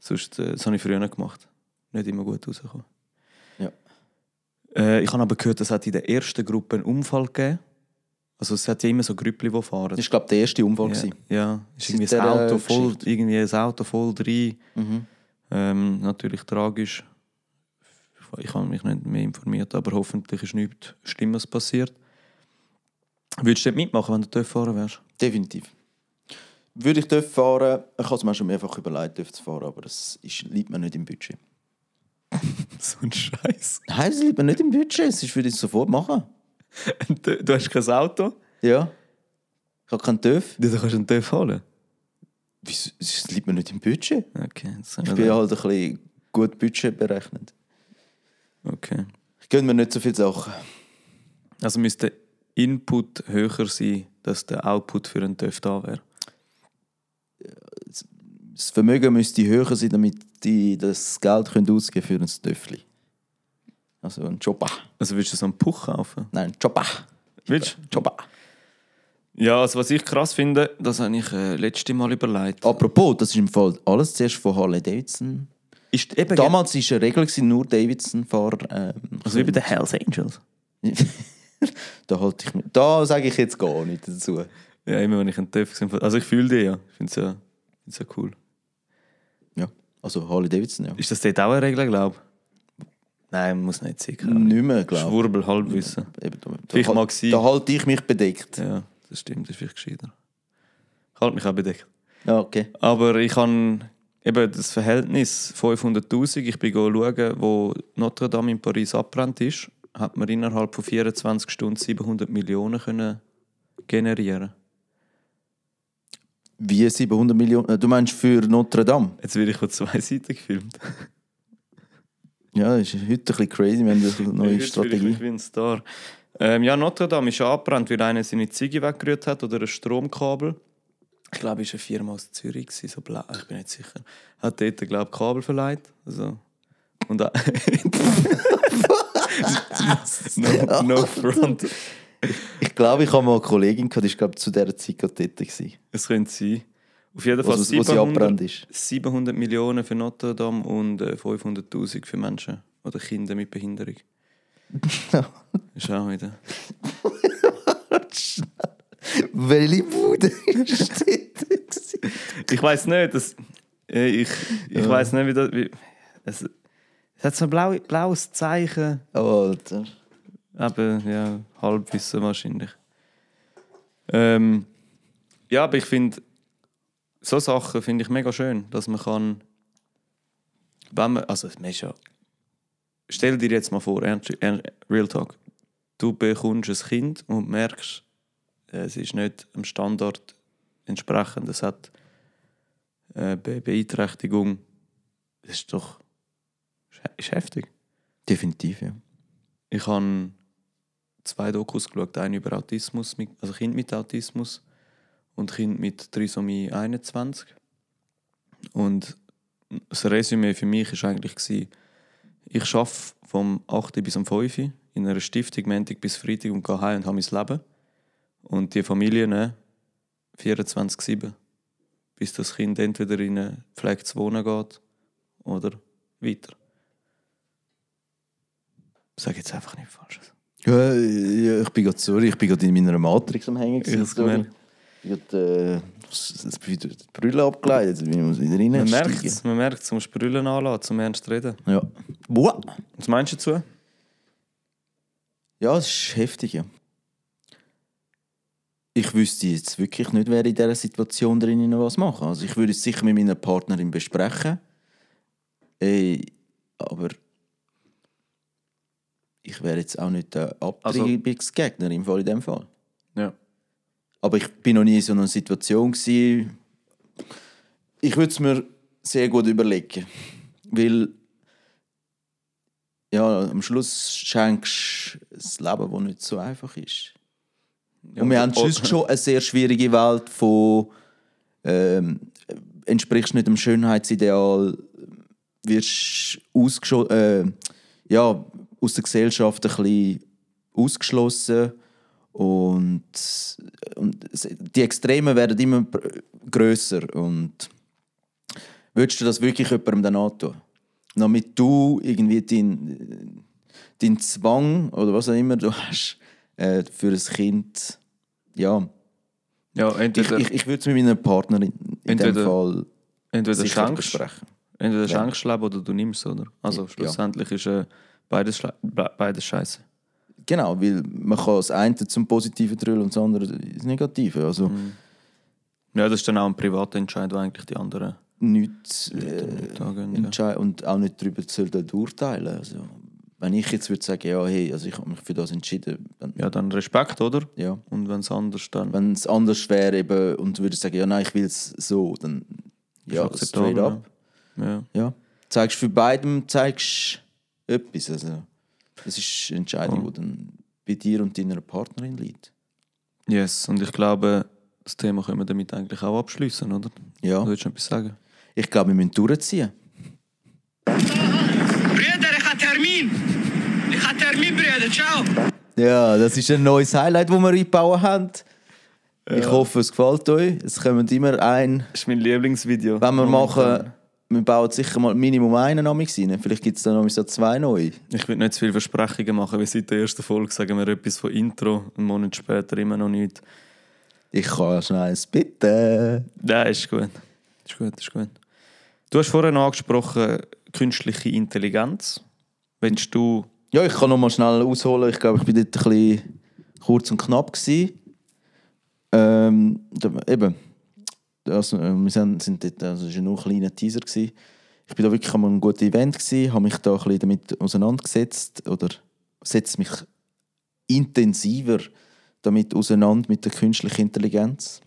Speaker 1: sonst, äh, das habe ich früher nicht gemacht. Nicht immer gut rausgekommen.
Speaker 2: Ja.
Speaker 1: Äh, ich habe aber gehört, es hat in der ersten Gruppe einen Unfall gegeben. Also es hat ja immer so Grüppli, die fahren.
Speaker 2: Das war, glaube ich, der erste Unfall.
Speaker 1: ja,
Speaker 2: gewesen.
Speaker 1: ja, ist irgendwie
Speaker 2: Seit
Speaker 1: das
Speaker 2: dieser
Speaker 1: Auto voll,
Speaker 2: Geschichte. Mhm.
Speaker 1: irgendwie das Auto voll drin. Ähm, natürlich tragisch. Ich habe mich nicht mehr informiert, aber hoffentlich ist nichts Schlimmes passiert. Würdest du dort mitmachen, wenn du dort fahren wärst?
Speaker 2: Definitiv. Würde ich dürfen fahren, ich habe es mir schon mehrfach überlegt, dürfen zu fahren, aber das ist, liegt mir nicht im Budget.
Speaker 1: So ein Scheiß.
Speaker 2: Nein, es liegt mir nicht im Budget, es ist würde ich sofort machen.
Speaker 1: Du, du hast kein Auto?
Speaker 2: Ja. Ich habe keinen TÜV.
Speaker 1: Ja, Du kannst einen TÜV holen.
Speaker 2: Wieso- Es liegt mir nicht im Budget.
Speaker 1: Okay, das sind
Speaker 2: Ich
Speaker 1: wir
Speaker 2: bin
Speaker 1: da.
Speaker 2: halt ein bisschen gut Budget berechnet.
Speaker 1: okay.
Speaker 2: Ich gönne mir nicht so viele Sachen.
Speaker 1: Also müsste der Input höher sein, dass der Output für einen TÜV da wäre.
Speaker 2: Das Vermögen müsste höher sein, damit die das Geld können ausgeben für ein Töffli. Also ein Jobba.
Speaker 1: Also willst du so einen Puch kaufen?
Speaker 2: Nein, ein Jobba.
Speaker 1: Willst du?
Speaker 2: Jobba.
Speaker 1: Ja, also was ich krass finde, das habe ich äh, letzte Mal überlegt.
Speaker 2: Apropos, das ist im Fall alles zuerst von Harley Davidson.
Speaker 1: Ist eben genau-
Speaker 2: Damals war eine Regel, gewesen, nur Davidson-Fahrer. Ähm,
Speaker 1: also wie bei den Hells Angels.
Speaker 2: *laughs* da halte ich mich. Da sage ich jetzt gar nichts dazu.
Speaker 1: Ja, immer wenn ich einen TÜV gesehen habe. Also ich fühle die ja. Ich finde es ja, ich find's ja cool.
Speaker 2: Ja. Also Harley Davidson, ja.
Speaker 1: Ist das dort auch eine Regel, glaube Nein, muss nicht sein. keine Ahnung.
Speaker 2: Nicht mehr, glaube
Speaker 1: Schwurbel, Halbwissen.
Speaker 2: ich. Eben, da,
Speaker 1: Vielleicht
Speaker 2: da,
Speaker 1: mag sie-
Speaker 2: da halte ich mich bedeckt.
Speaker 1: Ja, das stimmt, das ist vielleicht gescheiter. Ich halte mich auch bedeckt.
Speaker 2: Ja, okay.
Speaker 1: Aber ich habe eben das Verhältnis 500'000, ich bin schauen, wo Notre Dame in Paris abbrannt ist, hat man innerhalb von 24 Stunden 700 Millionen können generieren
Speaker 2: Wie 700 Millionen? äh, Du meinst für Notre Dame?
Speaker 1: Jetzt werde ich von zwei Seiten gefilmt.
Speaker 2: Ja, das ist heute ein bisschen crazy, wir haben
Speaker 1: *laughs*
Speaker 2: eine neue
Speaker 1: Jetzt fühle ich
Speaker 2: Strategie.
Speaker 1: mich wie ein Star. Ähm, ja, Notre Dame ist angebrannt, weil einer seine Ziege weggerührt hat oder ein Stromkabel. Ich glaube, es war eine Firma aus Zürich, gewesen, so blau, ich bin nicht sicher. Hat dort, glaube ich, Kabel verleiht. Also, und auch- no, no front.
Speaker 2: Ich glaube, ich habe mal eine Kollegin gehabt, die ist, glaube ich, zu dieser Zeit gerade dort. gewesen, Also,
Speaker 1: Es könnte sein. Auf jeden
Speaker 2: Wo,
Speaker 1: Fall
Speaker 2: sie- wo sie
Speaker 1: 700,
Speaker 2: abbrannt ist.
Speaker 1: 700 Millionen für Notre Dame und äh, 500'000 für Menschen oder Kinder mit Behinderung.
Speaker 2: *laughs*
Speaker 1: Ist auch wieder.
Speaker 2: Welche Bude *laughs* ist dort? gewesen?
Speaker 1: Ich weiß nicht, das, äh, ich, ich weiß nicht, wie das. Wie, es, es hat so ein blau, blaues Zeichen,
Speaker 2: Alter.
Speaker 1: aber ja, halbwissen wahrscheinlich. Ähm, ja, aber ich finde, so Sachen finde ich mega schön, dass man kann, wenn man, also man ist ja, stell dir jetzt mal vor, ernst, ernst, Real Talk, du bekommst ein Kind und merkst, es ist nicht am Standort entsprechend. Es hat äh, Be Beeinträchtigung. Das ist doch ist he- ist heftig.
Speaker 2: Definitiv, ja.
Speaker 1: Ich habe zwei Dokus geschaut, eine über Autismus, mit- also Kind mit Autismus und Kind mit Trisomie 21. Und das Resümee für mich war eigentlich, gewesen, ich arbeite vom 8. bis um 5. Uhr in einer Stiftung, Montag bis Freitag und gehe heim und habe mein Leben. Und die Familie ne, 24-7, bis das Kind entweder in eine Pflege zu wohnen geht oder weiter. Ich sage jetzt einfach nichts Falsches.
Speaker 2: Ja, ja, ich bin gerade sorry, ich bin gerade in meiner Matrix am Hängen. gewesen,
Speaker 1: hab's
Speaker 2: sorry.
Speaker 1: gemerkt.
Speaker 2: Ich habe gerade, äh, das- das wieder die Brille abgeleitet, jetzt muss ich wieder rein.
Speaker 1: Man merkt es, man merkt es, musst Brüllen anlassen, zum ernst reden.
Speaker 2: Ja. Boah.
Speaker 1: Was meinst du dazu?
Speaker 2: Ja, es ist heftig, ja. Ich wüsste jetzt wirklich nicht, wer in dieser Situation drin noch was machen. Also ich würde es sicher mit meiner Partnerin besprechen. Ey, aber ich wäre jetzt auch nicht der
Speaker 1: Also
Speaker 2: Abtreibungsgegner im Fall in dem Fall.
Speaker 1: Ja.
Speaker 2: Aber ich bin noch nie in so einer Situation. Gewesen. Ich würde es mir sehr gut überlegen. Weil ja, am Schluss schenkst du ein Leben, das nicht so einfach ist. Und wir haben sonst schon eine sehr schwierige Welt von ähm, entsprichst nicht dem Schönheitsideal, wirst ausgescho- äh, ja, aus der Gesellschaft ein bisschen ausgeschlossen und, und es- die Extreme werden immer pr- grösser und würdest du das wirklich jemandem dann antun? Damit du irgendwie deinen dein Zwang oder was auch immer du hast äh, für ein Kind, ja,
Speaker 1: Ja,
Speaker 2: ich,
Speaker 1: entweder,
Speaker 2: ich, ich würde es mit meiner Partnerin in
Speaker 1: Entweder-
Speaker 2: dem Fall
Speaker 1: entweder
Speaker 2: sicher
Speaker 1: schenkst
Speaker 2: besprechen.
Speaker 1: entweder schenkst du Leben oder du nimmst es, oder? Also
Speaker 2: Ja.
Speaker 1: schlussendlich ist äh, beides, schle- be- beides scheiße.
Speaker 2: Genau, weil man kann das eine zum Positiven drüllen und das andere ins Negative. Also
Speaker 1: Mhm. Ja, das ist dann auch ein privater Entscheid, wo eigentlich die anderen
Speaker 2: nichts äh,
Speaker 1: da gehen. Ja.
Speaker 2: entscheiden und auch nicht darüber sollten urteilen. Also, wenn ich jetzt würde sagen, ja, hey, also ich habe mich für das entschieden, dann,
Speaker 1: ja, dann Respekt, oder?
Speaker 2: ja.
Speaker 1: Und wenn es anders, dann
Speaker 2: Wenn es anders wäre eben, und würde sagen, ja, nein, ich will es so, dann ja,
Speaker 1: akzeptabel,
Speaker 2: straight
Speaker 1: ja.
Speaker 2: up.
Speaker 1: ja.
Speaker 2: Ja. Zeigst für beidem zeigst etwas. Also, das ist eine Entscheidung, die dann bei dir und deiner Partnerin liegt.
Speaker 1: Yes, und ich glaube, das Thema können wir damit eigentlich auch abschließen, oder?
Speaker 2: Ja.
Speaker 1: Du willst noch etwas sagen?
Speaker 2: Ich glaube, wir müssen durchziehen.
Speaker 3: Brüder, ich habe Termin. Ich habe Termin, Brüder. Ciao.
Speaker 2: Ja, das ist ein neues Highlight, das wir eingebaut haben. Ich hoffe, es gefällt euch. Es kommt immer ein.
Speaker 1: Das ist mein Lieblingsvideo.
Speaker 2: Wenn wir machen, wir bauen sicher mal Minimum einen Amix rein. Vielleicht gibt es dann noch so zwei neue.
Speaker 1: Ich will nicht zu viele Versprechungen machen, weil seit der ersten Folge sagen wir etwas von Intro, einen Monat später immer noch nichts.
Speaker 2: Ich kann schnell eins bitten.
Speaker 1: Nein, ist gut. Ist gut, ist gut. Du hast vorhin noch angesprochen, künstliche Intelligenz. Willst du...
Speaker 2: Ja, ich kann noch mal schnell ausholen. Ich glaube, ich bin dort ein bisschen kurz und knapp. Gewesen. Ähm, da, eben. Das, äh, wir sind, sind dort, also es war nur ein kleiner Teaser. Gewesen. Ich bin da wirklich an einem guten Event, gewesen, habe mich da ein bisschen damit auseinandergesetzt oder setze mich intensiver damit auseinander mit der künstlichen Intelligenz.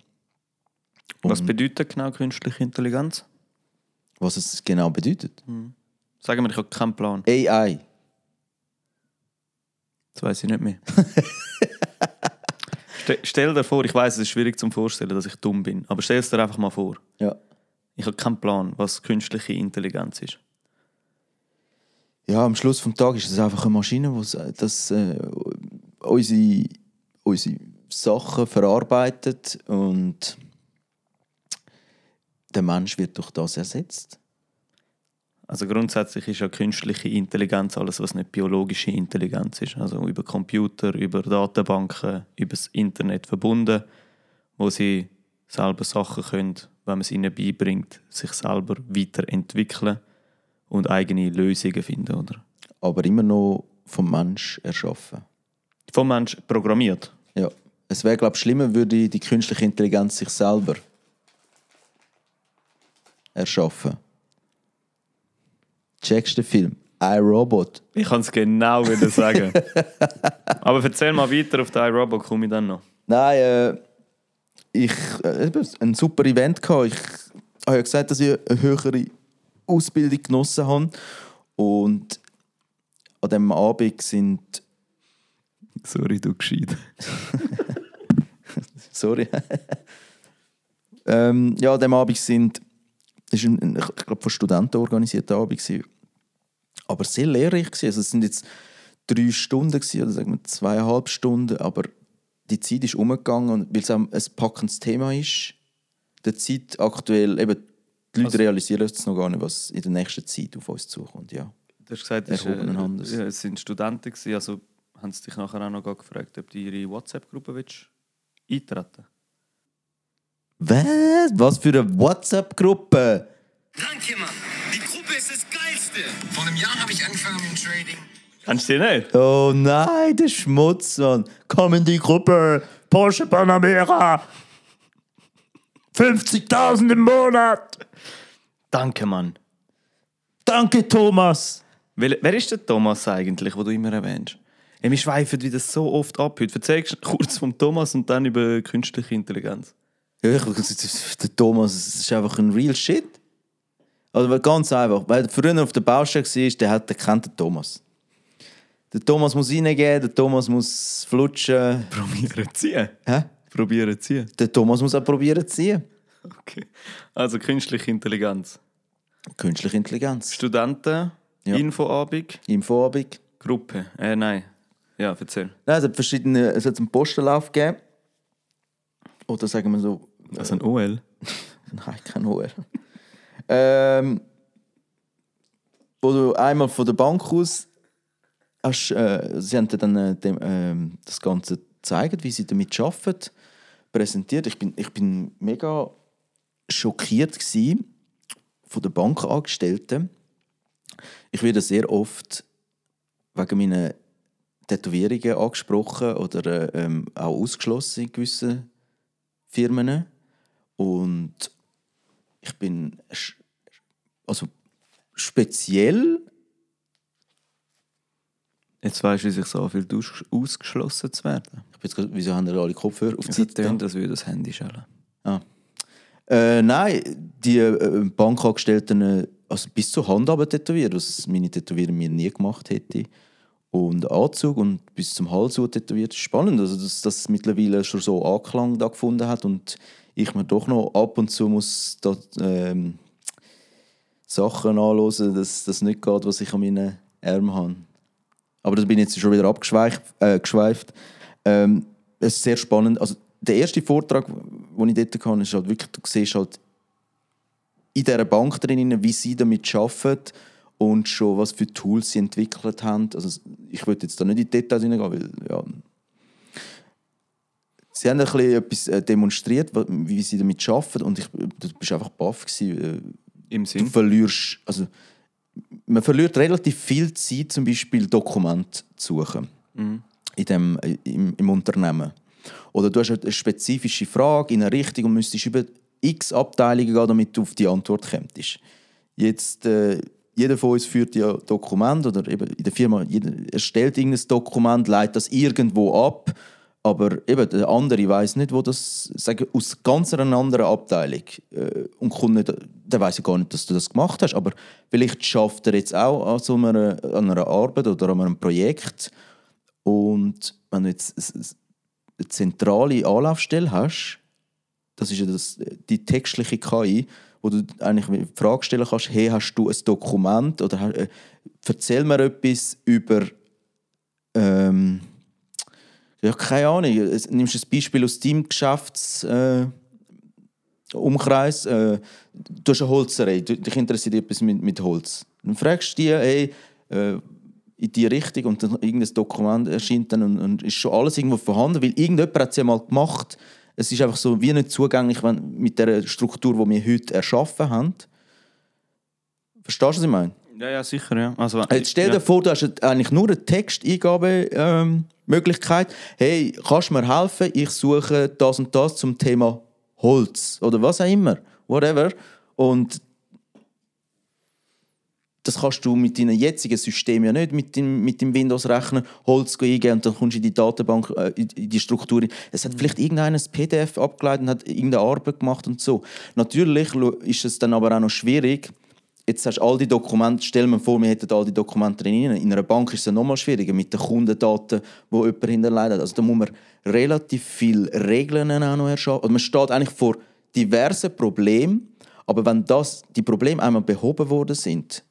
Speaker 1: Was bedeutet genau künstliche Intelligenz?
Speaker 2: Was es genau bedeutet.
Speaker 1: Sagen wir, ich habe keinen Plan.
Speaker 2: AI.
Speaker 1: Das weiß ich nicht mehr. Ste stell dir vor, ich weiß, es ist schwierig zum Vorstellen, dass ich dumm bin, aber stell es dir einfach mal vor.
Speaker 2: Ja.
Speaker 1: Ich habe keinen Plan, was künstliche Intelligenz ist.
Speaker 2: ja, am Schluss des Tages ist es einfach eine Maschine, die s- das, äh, unsere, unsere Sachen verarbeitet und der Mensch wird durch das ersetzt.
Speaker 1: Also grundsätzlich ist ja künstliche Intelligenz alles, was nicht biologische Intelligenz ist. Also über Computer, über Datenbanken, über das Internet verbunden, wo sie selber Sachen können, wenn man es ihnen beibringt, sich selber weiterentwickeln und eigene Lösungen finden, oder?
Speaker 2: Aber immer noch vom Mensch erschaffen.
Speaker 1: Vom Mensch programmiert.
Speaker 2: Ja. Es wäre, glaube ich, schlimmer, würde die künstliche Intelligenz sich selber erschaffen. Checkst du den Film? I, Robot.
Speaker 1: Ich kann es genau wieder *laughs* sagen. Aber erzähl mal weiter, auf den iRobot komme ich dann noch.
Speaker 2: Nein, äh, ich äh, eben, ein super Event gehabt. Ich habe ja gesagt, dass ich eine höhere Ausbildung genossen habe. Und an diesem Abend sind
Speaker 1: Sorry, du gescheit.
Speaker 2: Sorry. *laughs* ähm, ja, an dem Abend sind, das war ein, ein, ich glaube, von Studenten organisierter Abend. Gewesen. Aber sehr lehrreich. Gewesen. Also, es sind jetzt drei Stunden, gewesen, oder sagen wir zweieinhalb Stunden, aber die Zeit ist umgegangen, und weil es auch ein packendes Thema ist. Der Zeit aktuell, eben, die Leute
Speaker 1: Also-
Speaker 2: realisieren es noch gar nicht, was in der nächsten Zeit auf uns zukommt. Ja.
Speaker 1: Du hast gesagt, es, ist,
Speaker 2: Erhobenen Handes.
Speaker 1: äh, ja, es sind Studenten gewesen, also haben sie dich nachher auch noch gefragt, ob du ihre WhatsApp-Gruppe willst eintreten.
Speaker 2: Was? Was für eine WhatsApp-Gruppe?
Speaker 3: Danke, Mann. Die Gruppe ist das Geilste. Vor einem Jahr habe ich angefangen mit Trading.
Speaker 1: Kannst du sie nicht?
Speaker 2: Oh nein, der Schmutz, Mann. Komm in die Gruppe. Porsche Panamera. 50.000 im Monat.
Speaker 1: Danke, Mann.
Speaker 2: Danke, Thomas.
Speaker 1: Wel, wer ist der Thomas eigentlich, den du immer erwähnst? Ey, wir schweifen wieder so oft ab. Heute erzählst du kurz vom Thomas und dann über künstliche Intelligenz.
Speaker 2: Ja, ich, der Thomas das ist einfach ein real shit. Also weil ganz einfach. Weil der früher auf der Baustelle war, der, hat, der kennt den Thomas. Der Thomas muss reingehen, der Thomas muss flutschen.
Speaker 1: Probieren ziehen.
Speaker 2: Hä?
Speaker 1: Probieren ziehen.
Speaker 2: Der Thomas muss auch probieren zu ziehen.
Speaker 1: Okay. Also künstliche Intelligenz.
Speaker 2: Künstliche Intelligenz.
Speaker 1: Studenten,
Speaker 2: Ja.
Speaker 1: Infoabend,
Speaker 2: Im Vorabend.
Speaker 1: Gruppe. Äh, nein. Ja, erzähl.
Speaker 2: Nein, es hat verschiedene, es hat einen Postenlauf gegeben. Oder sagen wir so,
Speaker 1: Also ein OL.
Speaker 2: *laughs* nein, kein Hoher. ähm, wo du einmal von der Bank aus, hast, äh, sie haben dir dann äh, dem, ähm, das Ganze gezeigt, wie sie damit arbeiten, präsentiert. Ich bin, ich bin mega schockiert gewesen von den Bankangestellten. Ich werde sehr oft wegen meiner Tätowierungen angesprochen oder äh, ähm, auch ausgeschlossen in gewissen Firmen. Und ich bin sch- also speziell.
Speaker 1: Jetzt weißt du, wie sich so anfühlt, aus- ausgeschlossen zu werden.
Speaker 2: Ich bin jetzt, grad- wieso haben ihr alle Kopfhörer auf
Speaker 1: Sie
Speaker 2: die Seite?
Speaker 1: tönt, als würde das Handy schellen.
Speaker 2: Äh, nein, die äh, Bankangestellten, äh, also bis zur Hand aber tätowiert, was meine Tätowierer mir nie gemacht hätte. Und Anzug und bis zum Hals so tätowiert. Spannend, also dass das mittlerweile schon so Anklang da gefunden hat und ich mir doch noch ab und zu muss da, ähm, Sachen anhören, dass das nicht geht, was ich an meinen Ärmel habe. Aber da bin ich jetzt schon wieder abgeschweift. Äh, geschweift. Ähm, es ist sehr spannend. Also, der erste Vortrag, den ich dort hatte, ist halt wirklich, du siehst halt in dieser Bank drin, wie sie damit arbeiten und schon was für Tools sie entwickelt haben. Also, es- ich würde jetzt da nicht in die Details hineingehen, weil ja. Sie haben ein bisschen etwas äh, demonstriert, wa- wie sie damit arbeiten und ich, du bist einfach baff gewesen, äh,
Speaker 1: Im
Speaker 2: du
Speaker 1: Sinn.
Speaker 2: verlierst, also man verliert relativ viel Zeit, zum Beispiel Dokumente zu suchen in dem, im, im Unternehmen. Oder du hast eine spezifische Frage in eine Richtung und müsstest über x Abteilungen gehen, damit du auf die Antwort kommst. Jetzt, äh, jeder von uns führt ja Dokument oder eben in der Firma jeder erstellt irgendein Dokument, leitet das irgendwo ab, aber eben der andere weiß nicht, wo das sagen, aus ganz einer anderen Abteilung äh, und kommt nicht, der weiß ja gar nicht, dass du das gemacht hast, aber vielleicht schafft er jetzt auch an, so einer, an einer Arbeit oder an einem Projekt und wenn du jetzt s- s- eine zentrale Anlaufstelle hast, das ist ja das, die textliche KI, wo du eigentlich die Frage stellen kannst, hey, hast du ein Dokument oder ha- äh, erzähl mir etwas über ähm, ja, keine Ahnung, es- nimmst du ein Beispiel aus deinem Geschäfts... Äh, Umkreis, äh, du hast eine Holzerei, du, dich interessiert etwas mit, mit Holz. Dann fragst du die, hey, äh, in die Richtung und dann irgendein Dokument erscheint dann und, und ist schon alles irgendwo vorhanden, weil irgendjemand hat es ja mal gemacht. Es ist einfach so wie nicht zugänglich wenn, mit der Struktur, die wir heute erschaffen haben. Verstehst du, was ich meine?
Speaker 1: Ja, ja, sicher, ja. Also,
Speaker 2: Jetzt stell dir
Speaker 1: ja.
Speaker 2: vor, du hast eigentlich nur eine Texteingabe-Möglichkeit. hey, kannst du mir helfen? Ich suche das und das zum Thema Holz oder was auch immer. Whatever. Und das kannst du mit deinem jetzigen System ja nicht mit dem, mit dem Windows rechnen, Holz eingeben und dann kommst du in die Datenbank, äh, in in die Struktur. rein. Es hat vielleicht irgendeines PDF abgeleitet und hat irgendeine Arbeit gemacht und so. Natürlich lo- ist es dann aber auch noch schwierig, Jetzt hast du all die Dokumente, stell mir vor, wir hätten all die Dokumente drin. In einer Bank ist es ja noch mal schwieriger mit den Kundendaten, die jemand hinterlegt hat. Also da muss man relativ viele Regeln auch noch erschaffen. Also man steht eigentlich vor diversen Problemen, aber wenn das, die Probleme einmal behoben worden sind,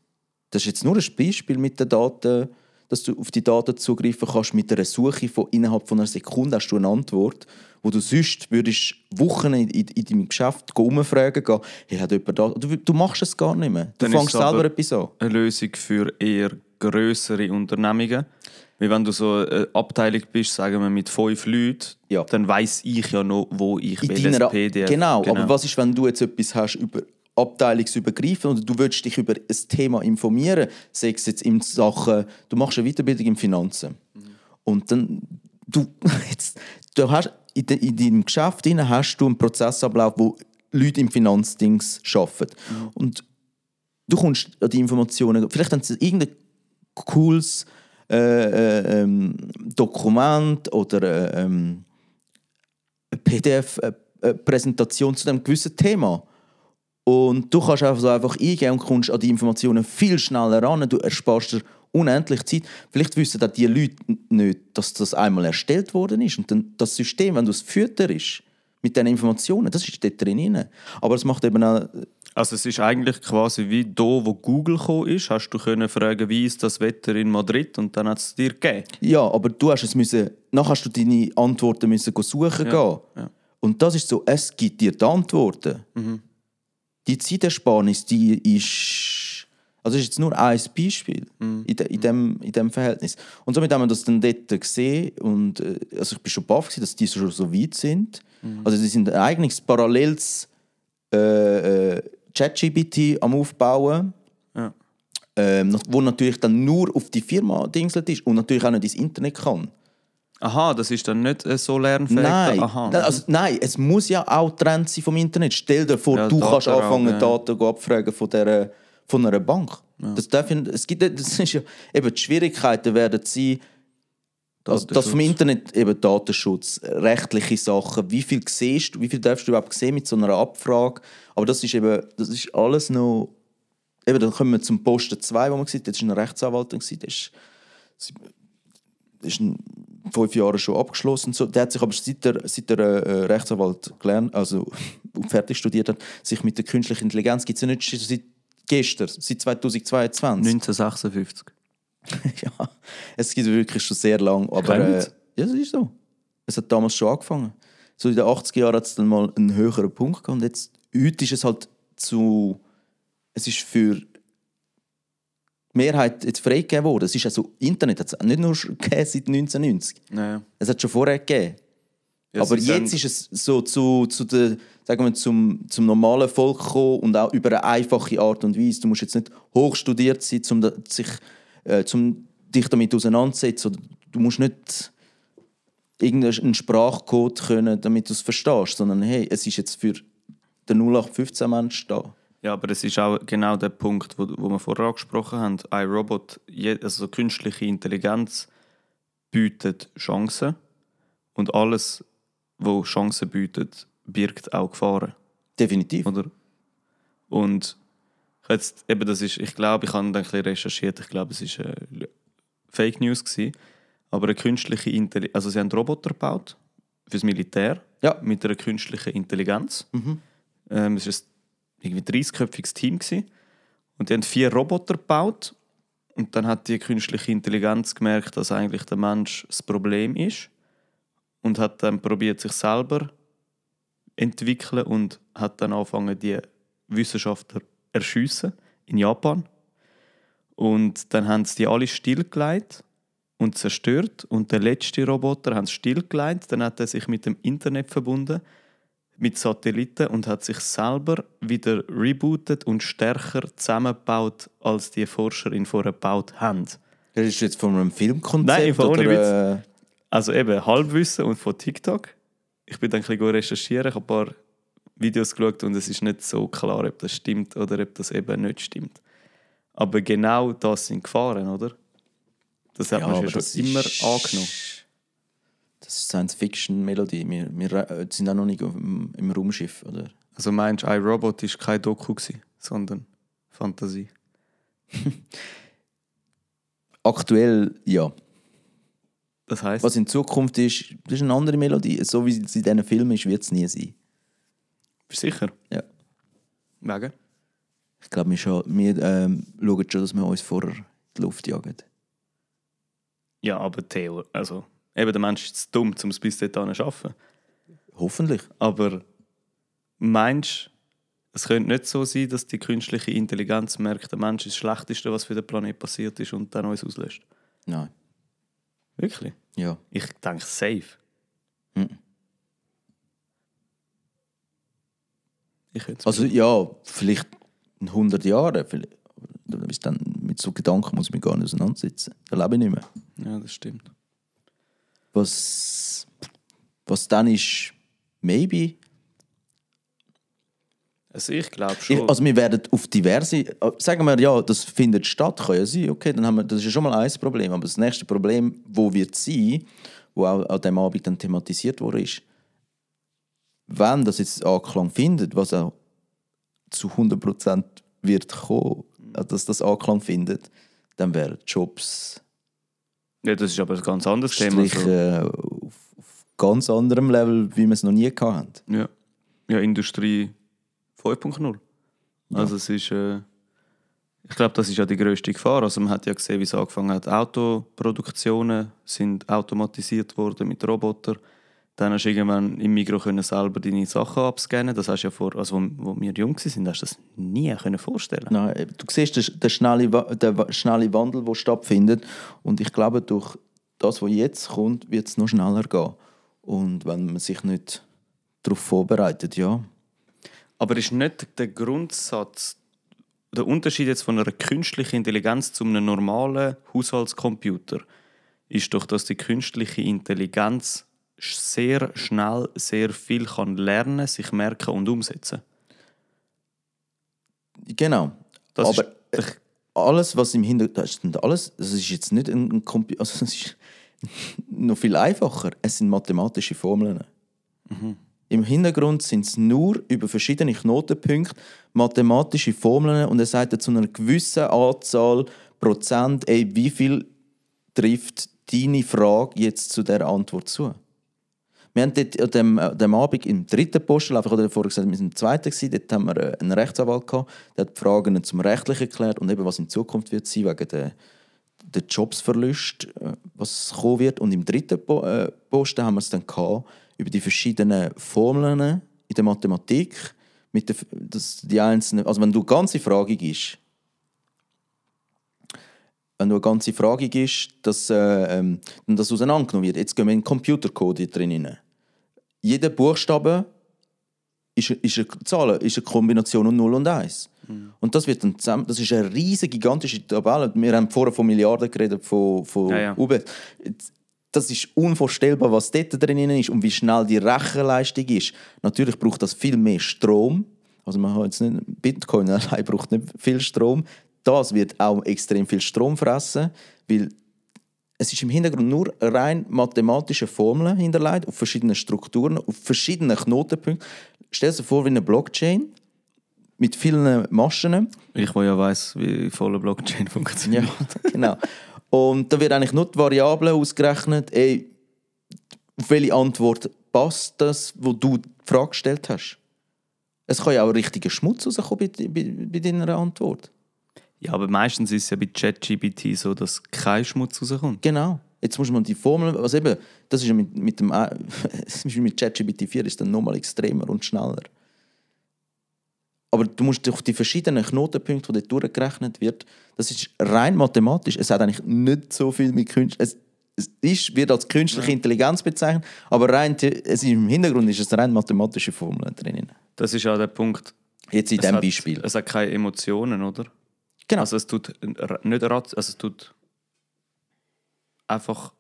Speaker 2: das ist jetzt nur ein Beispiel mit den Daten, dass du auf die Daten zugreifen kannst mit einer Suche von innerhalb von einer Sekunde hast du eine Antwort, wo du sonst würdest Wochen in, in, in deinem Geschäft gehen, umfragen gehen, hey, hat jemand da? Du, du machst es gar nicht mehr. Du
Speaker 1: Dann ist
Speaker 2: fängst
Speaker 1: es aber-
Speaker 2: selber etwas an.
Speaker 1: eine Lösung für eher größere Unternehmungen. Wie wenn du so eine Abteilung bist, sagen wir mit fünf Leuten,
Speaker 2: Ja.
Speaker 1: dann weiß ich ja noch, wo ich
Speaker 2: in
Speaker 1: welches
Speaker 2: deiner
Speaker 1: PDF.
Speaker 2: Genau, aber was ist, wenn du jetzt etwas hast über abteilungsübergreifend oder du willst dich über ein Thema informieren, sei es jetzt in Sachen, du machst eine Weiterbildung in Finanzen und dann du *laughs* jetzt du hast in, de, in deinem Geschäft drin hast du einen Prozessablauf, wo Leute im Finanzdings arbeiten. und du kommst an die Informationen. Vielleicht haben sie irgendein cooles äh, äh, ähm, Dokument oder äh, ähm, PDF-Präsentation äh, zu einem gewissen Thema. Und du kannst einfach so einfach eingehen und kommst an die Informationen viel schneller ran. Du ersparst dir unendlich Zeit. Vielleicht wissen auch die Leute n- nicht, dass das einmal erstellt worden ist. Und dann das System, wenn du es fütter ist mit diesen Informationen, das ist dort drin. rein. Aber es macht eben auch
Speaker 1: Also es ist eigentlich quasi wie da, wo Google gekommen ist, hast du können fragen, wie ist das Wetter in Madrid und dann hat es dir gegeben.
Speaker 2: Ja, aber du hast es müssen, nachher hast du deine Antworten müssen go suchen gehen. Und das ist so, es gibt dir die Antworten. Die Zeitersparnis, die ist. Also das ist jetzt nur ein Beispiel in, de, in, dem, in dem Verhältnis. Und somit haben wir das dann dort gesehen. Und, äh, also ich bin schon baff, gewesen, dass die schon so weit sind. Also die sind ein eigenes paralleles äh, äh, ChatGPT am Aufbauen ähm, nat- wo natürlich dann nur auf die Firma dingselt ist und natürlich auch nicht ins Internet kann.
Speaker 1: Aha, das ist dann nicht äh, so lernfähig.
Speaker 2: Nein,
Speaker 1: Aha.
Speaker 2: Nein, also, nein, es muss ja auch Trend sein vom Internet. Stell dir vor,
Speaker 1: Ja,
Speaker 2: du
Speaker 1: Daten
Speaker 2: kannst
Speaker 1: auch,
Speaker 2: anfangen,
Speaker 1: ja.
Speaker 2: Daten go abfragen von, der, von einer Bank. Das, darf, ich- es gibt, das ist ja, eben die Schwierigkeiten werden sein, also das vom
Speaker 1: Datenschutz.
Speaker 2: Internet eben Datenschutz, rechtliche Sachen, wie viel siehst du, wie viel darfst du überhaupt sehen mit so einer Abfrage. Aber das ist eben, das ist alles noch. Eben, dann kommen wir zum Posten 2, wo man sieht, das war ein Rechtsanwalt, der ist, ist in fünf Jahren schon abgeschlossen. und So. Der hat sich aber seit der, seit der äh, Rechtsanwalt gelernt, also *laughs* fertig studiert hat, sich mit der künstlichen Intelligenz gibt es ja nicht schon seit gestern, seit 2022.
Speaker 1: 1956.
Speaker 2: *laughs* ja, es gibt wirklich schon sehr lange. Aber
Speaker 1: Kein
Speaker 2: äh,
Speaker 1: Witz.
Speaker 2: ja, es ist so. Es hat damals schon angefangen. So in den 80er Jahren hat es dann mal einen höheren Punkt gehabt. Und jetzt, heute ist es halt zu. Es ist für die Mehrheit jetzt freigegeben worden. Es ist also Internet, hat es nicht nur schon *laughs* gegeben seit 1990.
Speaker 1: Nein.
Speaker 2: Es hat schon vorher gegeben.
Speaker 1: Ja,
Speaker 2: Aber
Speaker 1: sie sind-
Speaker 2: jetzt ist es so zu, zu der, sagen wir, zum, zum normalen Volk gekommen und auch über eine einfache Art und Weise. Du musst jetzt nicht hochstudiert sein, um da, sich, äh, zum dich damit auseinanderzusetzen. Oder du musst nicht irgendeinen Sprachcode können, damit du es verstehst, sondern hey, es ist jetzt für den 0815-Mensch da.
Speaker 1: Ja, aber es ist auch genau der Punkt, wo, wo wir vorher angesprochen haben. iRobot, je- also künstliche Intelligenz, bietet Chancen. Und alles, wo Chancen bietet, birgt auch Gefahren.
Speaker 2: Definitiv.
Speaker 1: Oder? Und ich jetzt, eben das ist, ich glaube, ich habe dann ein bisschen recherchiert, ich glaube, es ist äh, Fake News gewesen, aber eine künstliche Intelligenz, also sie haben Roboter gebaut fürs Militär
Speaker 2: Ja.
Speaker 1: mit einer künstlichen Intelligenz. Ähm, es war ein irgendwie 30-köpfiges Team gewesen. und die haben vier Roboter gebaut und dann hat die künstliche Intelligenz gemerkt, dass eigentlich der Mensch das Problem ist und hat dann probiert sich selber entwickeln und hat dann angefangen, die Wissenschaftler erschiessen in Japan. Und dann haben sie die alle stillgelegt und zerstört. Und der letzte Roboter haben sie stillgelegt. Dann hat er sich mit dem Internet verbunden, mit Satelliten und hat sich selber wieder rebootet und stärker zusammengebaut, als die Forscher ihn vorher gebaut haben.
Speaker 2: Das ist jetzt von einem Filmkonzept?
Speaker 1: Nein, von ohne
Speaker 2: oder, äh,
Speaker 1: Also eben Halbwissen und von TikTok. Ich bin dann ein bisschen recherchieren, ich habe ein paar Videos geschaut und es ist nicht so klar, ob das stimmt oder ob das eben nicht stimmt. Aber genau das sind Gefahren, oder? Das hat man sich ja schon immer angenommen.
Speaker 2: Das ist Science-Fiction-Melodie. Wir, wir äh, sind auch noch nicht auf dem, im Raumschiff, oder?
Speaker 1: Also meinst du, iRobot war kein Doku, gewesen, sondern Fantasie?
Speaker 2: Aktuell ja.
Speaker 1: Das heisst,
Speaker 2: Was in Zukunft ist, das ist eine andere Melodie. So wie es in diesen Filmen ist, wird es nie sein.
Speaker 1: bist du sicher?
Speaker 2: Ja.
Speaker 1: Wegen?
Speaker 2: Ich glaube, wir, scha- wir ähm, schauen schon, dass wir uns vorher in die Luft jagen.
Speaker 1: Ja, aber Theo, also eben der Mensch ist zu dumm, um es bis dahin zu arbeiten.
Speaker 2: Hoffentlich.
Speaker 1: Aber meinst du, es könnte nicht so sein, dass die künstliche Intelligenz merkt, der Mensch ist das Schlechteste, was für den Planet passiert ist und dann uns auslöscht?
Speaker 2: Nein.
Speaker 1: Wirklich?
Speaker 2: Ja.
Speaker 1: Ich denke, safe. Ich könnte es
Speaker 2: Also ja, vielleicht in 100 Jahren. Vielleicht. Aber bis dann mit so Gedanken muss ich mich gar nicht auseinandersetzen. Da lebe ich nicht mehr.
Speaker 1: Ja, das stimmt.
Speaker 2: Was, was dann ist, maybe.
Speaker 1: Also ich glaube schon.
Speaker 2: Ich, also wir werden auf diverse, äh, sagen wir ja, das findet statt, kann ja sein, okay, dann haben wir, das ist ja schon mal ein Problem, aber das nächste Problem, wo wird sein, wo auch an dem Abend dann thematisiert wurde, ist, wenn das jetzt Anklang findet, was auch zu 100% wird kommen, äh, dass das Anklang findet, dann wären Jobs
Speaker 1: ja, das ist aber ein ganz anderes Thema. also,
Speaker 2: Strich,
Speaker 1: So.
Speaker 2: äh, auf, auf ganz anderem Level, wie wir es noch nie gehabt haben.
Speaker 1: Ja. ja, Industrie 5.0. Also es ist... Äh, ich glaube, das ist ja die grösste Gefahr. Also man hat ja gesehen, wie es angefangen hat. Autoproduktionen sind automatisiert worden mit Robotern. Dann hast du irgendwann im Mikro können selber deine Sachen abscannen. Das hast du ja vor, also wo, wo wir jung waren, hast du das nie können vorstellen.
Speaker 2: Nein, eben, du siehst den, den, schnellen, Wa- den Wa- schnellen Wandel, der stattfindet. Und ich glaube, durch das, was jetzt kommt, wird es noch schneller gehen. Und wenn man sich nicht darauf vorbereitet, ja.
Speaker 1: Aber ist nicht der Grundsatz, der Unterschied jetzt von einer künstlichen Intelligenz zu einem normalen Haushaltscomputer, ist doch, dass die künstliche Intelligenz sch- sehr schnell sehr viel kann lernen, sich merken und umsetzen.
Speaker 2: Genau.
Speaker 1: Das
Speaker 2: Aber
Speaker 1: ist, ich,
Speaker 2: alles, was im Hintergrund steht, alles, das ist jetzt nicht ein, ein Computer, also es ist *laughs* noch viel einfacher. Es sind mathematische Formeln.
Speaker 1: Mhm.
Speaker 2: Im Hintergrund sind es nur über verschiedene Knotenpunkte mathematische Formeln und er sagt dann zu einer gewissen Anzahl Prozent, ey, wie viel trifft deine Frage jetzt zu der Antwort zu? Wir haben dort an dem, an dem Abend im dritten Postulat, ich habe vorher gesagt, wir waren im zweiten, gewesen, dort haben wir äh, einen Rechtsanwalt gehabt, der hat die Fragen zum Rechtlichen erklärt und eben, was in Zukunft wird sein wegen der, der Jobsverlust, äh, was kommen wird. Und im dritten po äh, Posten haben wir es dann gehabt, über die verschiedenen Formeln in der Mathematik, mit der, F- das, die einzelnen, also wenn du ganze Frage gibst, wenn du eine ganze Frage ist, dass äh, ähm, dann das auseinandergenommen wird. Jetzt gehen wir in den Computercode hier drin rein. Jeder Buchstabe ist, ist eine Zahl, ist eine Kombination von 0 und 1.
Speaker 1: Mhm.
Speaker 2: Und das wird dann zusammen, das ist eine riesige, gigantische Tabelle. Wir haben vorher von Milliarden geredet, von, von
Speaker 1: Ja, ja.
Speaker 2: UBS. Jetzt- Das ist unvorstellbar, was dort drin ist und wie schnell die Rechenleistung ist. Natürlich braucht das viel mehr Strom. Also man hat jetzt nicht, Bitcoin *laughs* allein braucht nicht viel Strom. Das wird auch extrem viel Strom fressen, weil es ist im Hintergrund nur rein mathematische Formeln hinterlegt, auf verschiedenen Strukturen, auf verschiedenen Knotenpunkten. Stell dir vor wie eine Blockchain mit vielen Maschen.
Speaker 1: ich wo ja weiß, wie volle Blockchain funktioniert. *laughs*
Speaker 2: Ja, genau. Und da wird eigentlich nur die Variable ausgerechnet, ey, auf welche Antwort passt das, wo du die Frage gestellt hast. Es kann ja auch richtiger Schmutz rauskommen bei, bei, bei deiner Antwort.
Speaker 1: Ja, aber meistens ist es ja bei ChatGPT so, dass kein Schmutz rauskommt.
Speaker 2: Genau. Jetzt muss man die Formel, also eben, das ist ja mit, mit dem, A- *laughs* zum Beispiel mit ChatGPT 4 ist dann nochmal extremer und schneller. Aber du musst durch die verschiedenen Knotenpunkte, die dort durchgerechnet wird, das ist rein mathematisch. Es hat eigentlich nicht so viel mit Künst, es, es ist, wird als künstliche Intelligenz bezeichnet, aber rein, the- es ist, im Hintergrund ist es rein mathematische Formeln drin.
Speaker 1: Das ist auch der Punkt.
Speaker 2: Jetzt in
Speaker 1: es
Speaker 2: diesem
Speaker 1: hat,
Speaker 2: Beispiel.
Speaker 1: Es hat keine Emotionen, oder?
Speaker 2: Genau.
Speaker 1: Also es tut r- nicht rat, also es tut einfach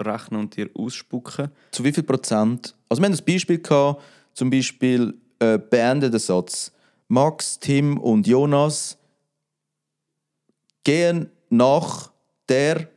Speaker 1: rechnen und dir ausspucken.
Speaker 2: zu wie viel Prozent? Also wir haben das Beispiel gehabt, zum Beispiel äh, beendeten Satz. Max, Tim und Jonas gehen nach der.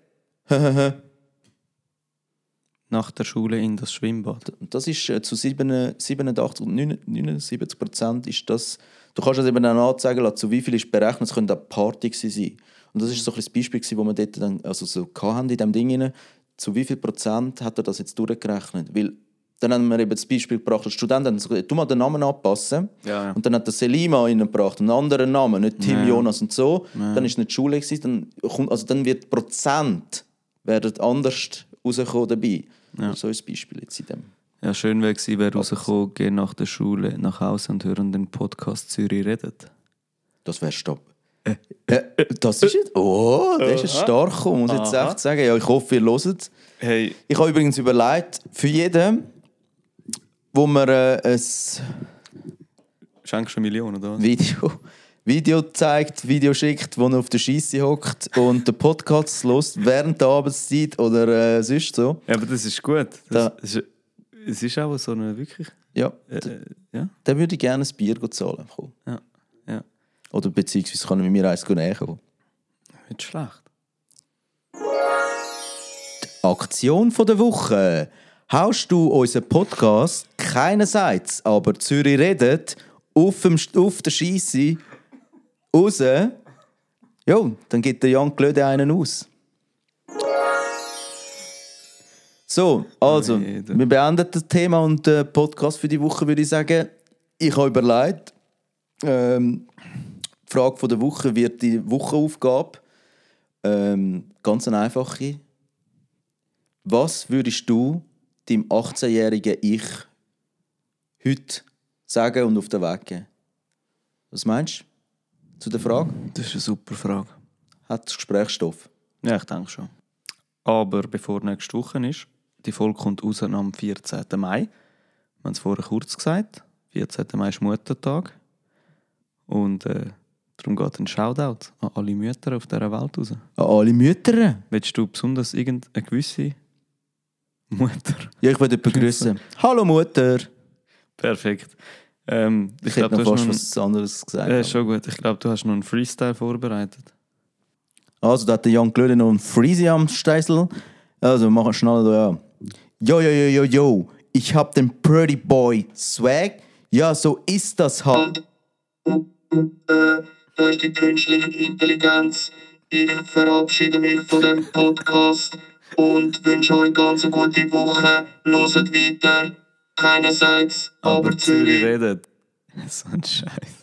Speaker 1: Nach der Schule in das Schwimmbad.
Speaker 2: Und das ist äh, zu 7, 87 und 79 Prozent ist das. Du kannst das eben auch anzeigen lassen, zu wie viel ist berechnet, es könnte eine Party gewesen sein. Und das ist so ein bisschen das Beispiel, gewesen, wo wir dort dann, also so hatten in diesem Ding rein, zu wie viel Prozent hat er das jetzt durchgerechnet? Weil dann haben wir eben das Beispiel gebracht, als Student haben sie gesagt, tu mal den Namen anpassen.
Speaker 1: Ja, ja.
Speaker 2: Und dann hat der Selima reingebracht, einen anderen Namen, nicht Tim
Speaker 1: Ja.
Speaker 2: Jonas und so. Dann ist nicht die Schule gewesen, dann, kommt, also dann wird Prozent werden anders rausgekommen dabei. So ein Beispiel jetzt in dem.
Speaker 1: Ja, schön wäre gewesen, wäre rausgekommen, geh nach der Schule nach Hause und hören den Podcast Zürich redet.
Speaker 2: Das wäre Stopp. Äh, das ist jetzt. Oh, das ist jetzt stark gekommen, muss ich jetzt
Speaker 1: Aha.
Speaker 2: echt sagen. Ja, ich hoffe, ihr hört es.
Speaker 1: Hey,
Speaker 2: Ich habe übrigens überlegt, für jeden, wo man äh, ein
Speaker 1: schenkst du eine Million, oder was?
Speaker 2: Video, *laughs* Video zeigt, Video schickt, wo er auf der Scheisse hockt und den Podcast hört, während der Arbeitszeit oder äh, sonst so.
Speaker 1: Ja, aber das ist gut.
Speaker 2: Da-
Speaker 1: Das, das ist, es ist auch so eine wirklich.
Speaker 2: Ja,
Speaker 1: Äh,
Speaker 2: d-
Speaker 1: ja,
Speaker 2: dann würde ich gerne ein Bier zahlen. Komm.
Speaker 1: ja, ja.
Speaker 2: Oder beziehungsweise kann er mit mir eins nehmen. kommen.
Speaker 1: Nicht schlecht.
Speaker 2: Aktion von der Woche. Haust du unseren Podcast keinerseits, aber Zürich redet, auf, dem, Sch- auf der Scheisse raus, jo, dann gibt der Jan Glöde einen aus. So, also,
Speaker 1: Jeder.
Speaker 2: wir beenden das Thema und den Podcast für die Woche, würde ich sagen. Ich habe überlegt, ähm, die Frage von der Woche wird die Wochenaufgabe. Ähm, ganz eine einfache. Was würdest du deinem 18-jährigen Ich heute sagen und auf den Weg geben? Was meinst du zu der Frage?
Speaker 1: Das ist eine super Frage.
Speaker 2: Hat das Gesprächsstoff?
Speaker 1: Ja, ich denke schon. Aber bevor nächste Woche ist, die Folge kommt raus am 14. Mai. Wir haben es vorher kurz gesagt. 14. Mai ist Muttertag. Und äh, darum geht ein Shoutout an alle Mütter auf dieser Welt raus.
Speaker 2: An alle Mütter?
Speaker 1: Willst du besonders irgendeine gewisse Mutter? *laughs*
Speaker 2: Ja, ich würde begrüßen. *laughs* Hallo Mutter!
Speaker 1: Perfekt. Ähm,
Speaker 2: Ich,
Speaker 1: ich
Speaker 2: hätte
Speaker 1: glaube,
Speaker 2: noch
Speaker 1: du
Speaker 2: fast
Speaker 1: hast noch
Speaker 2: was anderes gesagt.
Speaker 1: einen, äh,
Speaker 2: aber-
Speaker 1: schon gut. Ich glaube, du hast noch einen Freestyle vorbereitet. *laughs*
Speaker 2: Also, da hat der Jan Glöde noch einen Freezy am Steißel. Also, wir machen schnell da, ja. Yo, yo, yo, yo, yo. Ich hab den Pretty Boy Swag. Ja, so ist das halt.
Speaker 4: durch die künstliche Intelligenz. Ich verabschiede mich von dem Podcast und wünsche euch ganz eine gute Woche. Loset weiter. Keinerseits, aber Zürich.
Speaker 1: redet. So ein Scheiß.